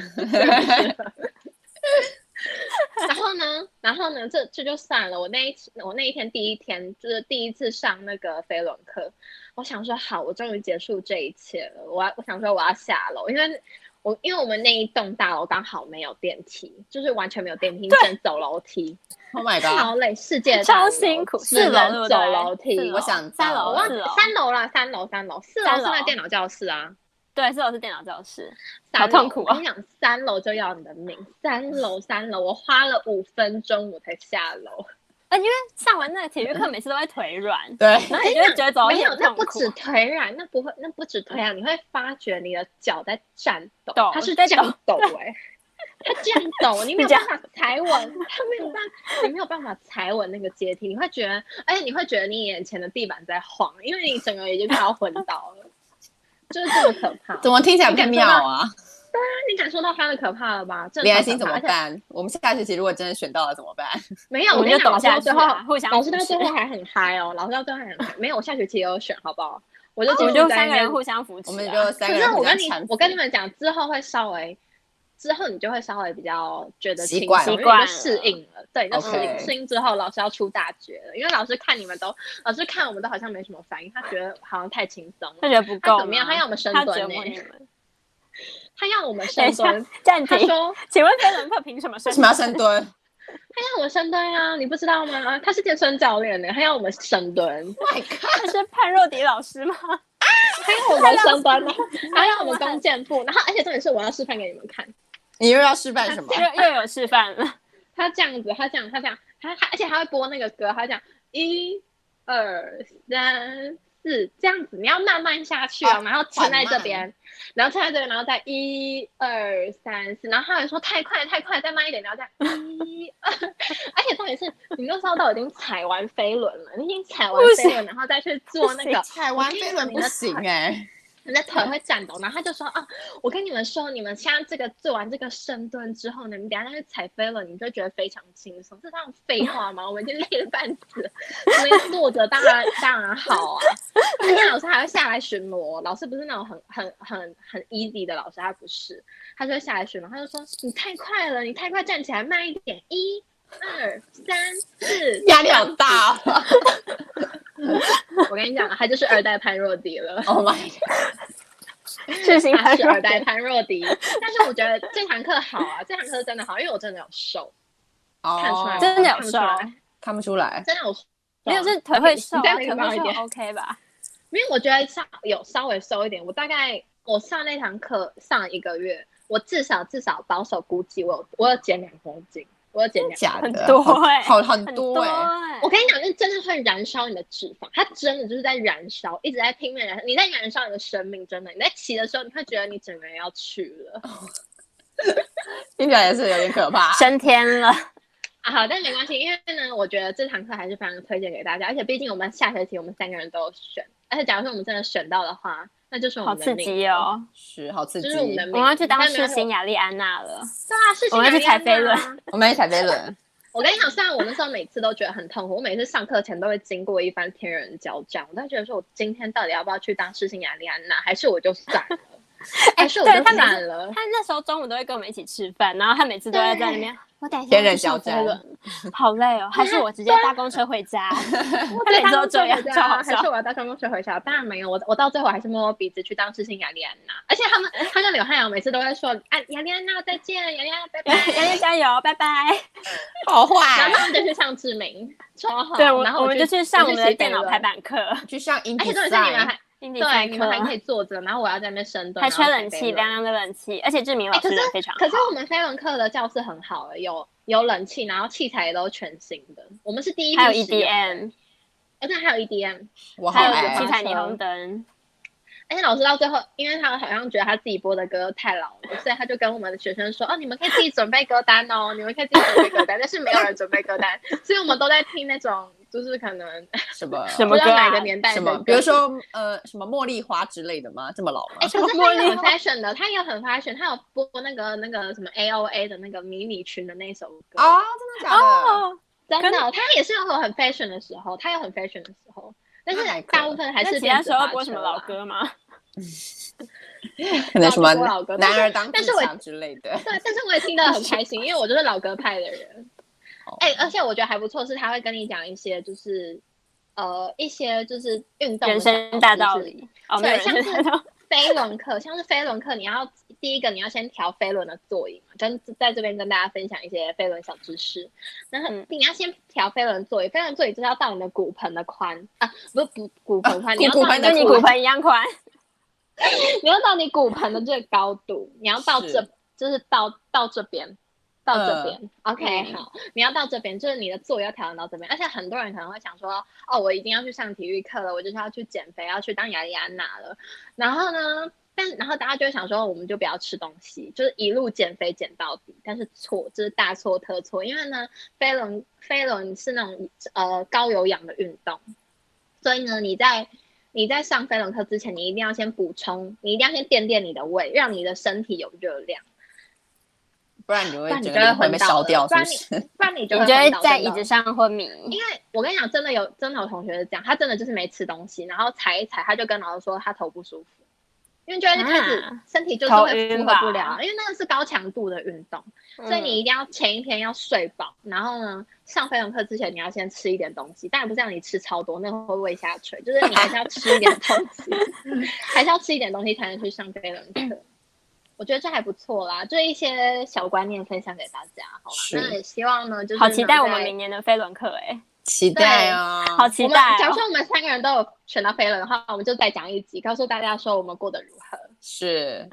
S1: 然后呢，然后呢，这这就算了。我那一我那一天第一天就是第一次上那个飞轮课，我想说好，我终于结束这一切了。我要我想说我要下楼，因为我因为我们那一栋大楼刚好没有电梯，就是完全没有电梯，你只能走楼梯。
S2: Oh my
S1: 超
S2: god！
S1: 累，世界的大
S3: 啊超
S1: 楼
S3: 辛苦，
S1: 只
S3: 四楼对
S1: 能
S3: 不
S1: 走
S3: 对
S1: 楼梯。
S3: 四楼
S1: 我
S2: 我想到
S3: 三楼
S1: 我
S2: 了
S1: 忘
S3: 四
S1: 记
S3: 楼
S1: 三楼啦，三楼三楼，四楼
S3: 三
S1: 是
S3: 楼
S1: 那电脑教室啊。
S3: 对，四楼是电脑教室，
S1: 三楼
S3: 好痛苦
S1: 我
S3: 啊
S1: 跟你讲，三楼就要你的命，三楼三楼，我花了五分钟我才下楼。
S3: 啊，因为上完那个体育课每次都会腿软，
S2: 对，
S3: 然后你就会觉得走
S1: 没有嗯哎
S3: 很，
S1: 那
S3: 痛
S1: 不
S3: 苦啊
S1: 止。腿软，那不会，那不止腿软，你会发觉你的脚在颤抖
S3: 抖，
S1: 它是
S3: 在
S1: 这样抖哎、它这样 抖，你没有
S3: 这
S1: 办
S3: 样
S1: 法踩稳，它没有办你没有办法踩稳那个阶梯，你会觉得，而且你会觉得你眼前的地板在晃，因为你整个已经快要昏倒了， 就是这么可 怕。
S2: 怎么听起来不太妙啊？
S1: 你感受到它的可怕了吧？真的啊超
S2: 李安
S1: 可
S2: 心怎
S1: 怕
S2: 么
S1: 而且
S2: 办？我们下学期如果真的选到了怎么办？
S1: 没有，
S3: 我
S1: 我
S3: 们
S1: 跟你
S3: 就
S1: 讲，
S3: 抖
S1: 老师
S3: 下
S1: 到最
S3: 去
S1: 后
S3: 啊，互相
S1: 老师到
S3: 扶
S1: 最
S3: 持
S1: 后还很嗨哦，老师到最后还很嗨。没有，我下学期也有选，好不好？我就
S3: 哦我
S1: 继
S3: 们
S1: 续
S3: 就
S1: 在那
S3: 三个
S1: 边
S3: 人。互相扶持、啊，
S2: 我们就三
S1: 可
S2: 个
S1: 是
S2: 人
S1: 我
S2: 互
S1: 跟
S2: 相
S1: 你
S2: 搀扶
S1: 我跟你们讲，之后会稍微，之后你就会稍微比较觉得
S2: 习
S1: 轻
S2: 惯
S1: 松
S3: 了
S1: 因为你就适应了。对，就适
S2: OK
S1: 应适应之后，老师要出大绝了，因为老师看你们都，老师看我们都好像没什么反应，他觉得好像太轻松
S3: 他
S1: 了。
S3: 觉得不
S1: 他
S3: 够
S1: 怎么样？
S3: 吗
S1: 他要我们深
S3: 他
S1: 蹲
S3: 折
S1: 呢、
S3: 磨你们。
S1: 他要我们
S3: 等
S1: 深
S3: 一下
S1: 蹲。，
S3: 暂
S1: 他
S3: 停。
S1: 说
S3: 请问飞轮课凭什么
S2: 为
S3: 升
S2: 什？么要深蹲？
S1: 他要我们深蹲啊，你不知道吗？他是健身教练呢、他要我们深蹲。
S2: My God！
S3: 这是判若迪老师 吗？
S1: 还有我们升班，然后 还有我们弓箭步，然后而且重点是我要示范给你们看，
S2: 你又要示范 什么？
S3: 又又有示范了，
S1: 他这样子，他这样，他这样，他他而且他会播那个歌，他讲一、二、三、四这样子，你要慢慢下去哦，
S2: 哦
S1: 然后撑在这
S2: 缓慢
S1: 边，然后撑在这边，然后再一、二、三、四，然后他还说太快太快，再慢一点，然后再一、二， 而且重点是你那时候都已经踩完飞轮了，你已经踩完
S3: 不
S1: 飞
S3: 行
S1: 轮，然后再去做那
S3: 不
S1: 个
S2: 踩完飞轮不行哎、
S1: 啊 你的腿会颤抖，然后他就说啊，我跟你们说，你们现在这个做完这个深蹲之后呢，你们等一下再去踩飞轮，你就觉得非常轻松。这当然废话嘛，我们已经累得半死了，所以坐着当然当然好啊。而且老师还会下来巡逻，老师不是那种很很很很 easy 的老师，他不是，他就会下来巡逻，他就说你太快了，你太快，站起来慢一点，一。二三 四，
S2: 压力好大 哦。
S1: 我跟你讲，他就是二代潘若迪了。
S2: Oh my god！
S3: 事情
S1: 他
S3: 还
S1: 是二代潘若迪，但是我觉得这堂课好啊，这堂课真的好，因为我真的有瘦，看出来
S2: 哦
S1: 吗，
S3: 真的有
S1: 看不出
S3: 瘦
S1: 来，
S2: 看不出来。
S1: 真的有瘦
S3: 没有是腿会瘦啊，
S1: 你再
S3: 腿
S1: 高
S3: 会
S1: 一点
S3: 瘦 OK 吧？
S1: 因为我觉得稍有稍微瘦一点，我大概我上那堂课上一个月，我至少至少保守估计我有我有减两公斤，我有减两。
S2: 假的，
S3: 很多欸
S2: 好好很
S3: 很
S2: 多哎、
S3: 欸
S1: 我跟你讲，那真的会燃烧你的脂肪，它真的就是在燃烧，一直在拼命燃烧。你在燃烧你的生命，真的。你在骑的时候，你会觉得你整个人要去了
S2: 听起来也是有点可怕。
S3: 升天了，
S1: 啊。好，但没关系，因为呢，我觉得这堂课还是非常推荐给大家，而且毕竟我们下学期我们三个人都有选，而且假如说我们真的选到的话，那就是我
S3: 好
S1: 们的
S3: 刺
S1: 命
S3: 激哦！
S2: 是好刺
S1: 就
S2: 激。
S1: 是我们的
S3: 我
S1: 命。
S3: 们要去当
S1: 但没
S3: 世
S1: 关系
S3: 新雅丽安娜了，
S1: 对啊，事情
S3: 我们要去踩飞轮
S1: 啊。
S2: 我们一起踩飞轮，
S1: 我跟你讲，虽然我那时候每次都觉得很痛苦，我每次上课前都会经过一番天人交战，我都觉得说我今天到底要不要去当世新雅丽安娜，还是我就算 了，还是我
S3: 哎对
S1: 就
S3: 他每
S1: 算
S3: 次
S1: 了
S3: 她。那时候中午都会跟我们一起吃饭，然后她每次都会在那边。我等一下
S2: 天人
S3: 去上
S2: 交战
S3: 飞轮，好累哦，还是我直接搭公车回 家？
S1: 我
S3: 他每次都这样
S1: 回家，
S3: 超好
S1: 啊还
S3: 笑
S1: 是我要当公车回家？当然没有，我我到最后还是摸摸鼻子去当世新雅丽安娜。而且他们，他跟刘汉阳每次都在说：“啊，雅丽安娜再见，雅丽安娜拜 拜。
S3: 雅丽加油，拜拜！
S1: 然
S2: 好”坏
S1: 后。他们就去上志明，超好。
S3: 对，我
S1: 然后
S3: 我们就去上我们的电脑
S1: 我
S3: 排。
S1: 去骑飞轮
S3: 版 课，
S2: 去上英
S1: 而
S2: 比
S1: 且重点是你们
S2: 赛，
S1: 还
S3: 英语
S1: 对，
S3: 赛
S1: 你们还可
S3: 课，
S1: 以坐着，然后我要在那边深蹲，
S3: 还吹
S1: 然后
S3: 冷
S1: 踩
S3: 气，
S1: 飞轮
S3: 凉凉的冷气，而且志明老
S1: 哎可
S3: 师
S1: 是
S3: 人非常
S1: 可是
S3: 好。
S1: 我们飞轮课的教室很好、欸，有有冷气，然后器材也都全新的。我们是第一批
S3: 还有 E
S1: 使用的
S3: EDM，
S1: 而且还有 E EDM，
S2: 我好
S3: 还
S1: 好
S3: 有
S1: 哎
S3: 七
S2: 爱。
S3: 彩霓虹灯，
S1: 而且老师到最后，因为他好像觉得他自己播的歌太老了，所以他就跟我们的学生说：“哦，你们可以自己准备歌单哦，你们可以自己准备歌单。”但是没有人准备歌单，所以我们都在听那种就是可能
S2: 什么
S3: 什
S1: 不
S3: 么
S1: 知道
S3: 歌啊
S1: 哪个年代
S2: 什
S1: 的
S2: 么
S1: 歌，，
S2: 比如说呃什么茉莉花之类的吗？这么老吗
S1: 哎、？可是他也很 fashion 的，他也很 fashion，他有播那个那个什么 A O A 的那个迷你裙的那首歌
S2: 啊，真的假的？
S3: 哦，
S1: 真
S3: 跟
S1: 的，他也是有很 fashion 的时候，他有很 fashion 的时候，但
S2: 那还
S1: 是
S2: 可
S1: 大部分还
S3: 那
S1: 是
S3: 其他
S1: 电子啊
S3: 时候
S1: 发
S3: 播什么
S1: 球啦
S3: 老？歌吗？
S2: 可能什么
S1: 老哥
S2: 男儿当
S1: 但
S2: 自
S1: 是我
S2: 强之类的。
S1: 对，但是我也听得很开心，因为我就是老歌派的人
S2: 哦。
S1: 哎、而且我觉得还不错，是他会跟你讲一些就是呃一些就是运动的
S3: 人生
S1: 小
S3: 大
S1: 知
S3: 道
S1: 识
S3: 理哦，没
S1: 对
S3: 有人
S1: 像
S3: 生大
S1: 是
S3: 道理，
S1: 飞轮课，像是飞轮课，你要第一个你要先调飞轮的座椅嘛，跟在这边跟大家分享一些飞轮小知识。然后
S3: 嗯
S1: 你要先调飞轮座椅，飞轮座椅就是要到你的骨盆的宽啊，不是骨骨盆宽，你要
S2: 骨
S1: 到
S2: 盆
S1: 你
S2: 的
S1: 的
S3: 跟你
S2: 宽
S3: 哦骨盆一样宽，
S1: 你要到你骨盆的这个高度，你要到这
S2: 是，
S1: 就是到到这边，到这
S2: 嗯
S1: 边。OK，、
S3: 嗯
S1: 好，你要到这边，就是你的坐要调整到这边。而且很多人可能会想说，哦，我一定要去上体育课了，我就是要去减肥，要啊去当雅丽安娜了。然后呢，但然后大家就会想说，我们就不要吃东西，就是一路减肥减到底。但是错，这、是大错特错，因为呢，飞轮飞轮是那种呃高有氧的运动，所以呢，你在你在上飞轮课之前，你一定要先补充，你一定要先垫垫你的胃，让你的身体有热量，
S2: 不然你就会
S1: 不然你
S2: 觉
S1: 就会
S2: 得你会
S1: 昏
S2: 被
S1: 倒
S2: 烧
S1: 了
S2: 掉，
S1: 不
S2: 是
S1: 然
S2: 不是？
S1: 不然你就
S3: 你
S1: 会
S3: 就会
S1: 昏倒
S3: 在
S1: 真的
S3: 椅子上昏迷。
S1: 因为我跟你讲，真的有真的有同学是这样，他真的就是没吃东西，然后踩一踩，他就跟老师说他头不舒服，因为就会开始
S3: 啊
S1: 身体就是会
S3: 头晕
S1: 负荷
S3: 吧嗯
S1: 不了，啊因为那个是高强度的运动，所以你一定要前一天要睡饱，然后呢上飞轮课之前你要先吃一点东西，当然不是让你吃超多，那个会胃下垂，就是你还是要吃一点东西， 还是要吃一点东西才能去上飞轮课。我觉得这还不错啦，就一些小观念分享给大家，好吧？
S2: 是
S1: 那也希望呢，就是
S3: 嗯好期待我们
S1: 能在嗯
S3: 明年的飞轮课哎，
S2: 期待啊！
S3: 好期
S1: 我们
S3: 待
S1: 假如
S3: 哦！
S1: 说我们三个人都有选到飞轮的话，我们就再讲一集，告诉大家说我们过得如何。
S2: 是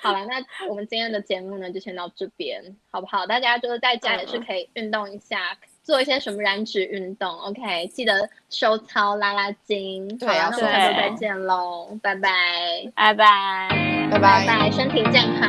S1: 好了，那我们今天的节目呢就先到这边，好不好？大家就是在家也
S3: 嗯
S1: 是可以运动一下，做一些什么燃脂运动。OK，记得收操拉拉筋。
S2: 对
S1: 好啦
S2: 要
S1: 那
S3: 收
S1: 我们下
S3: 操
S1: 周再见喽，拜拜，
S3: 拜拜。
S2: 拜
S1: 拜
S2: 拜。
S1: 拜，身体健康。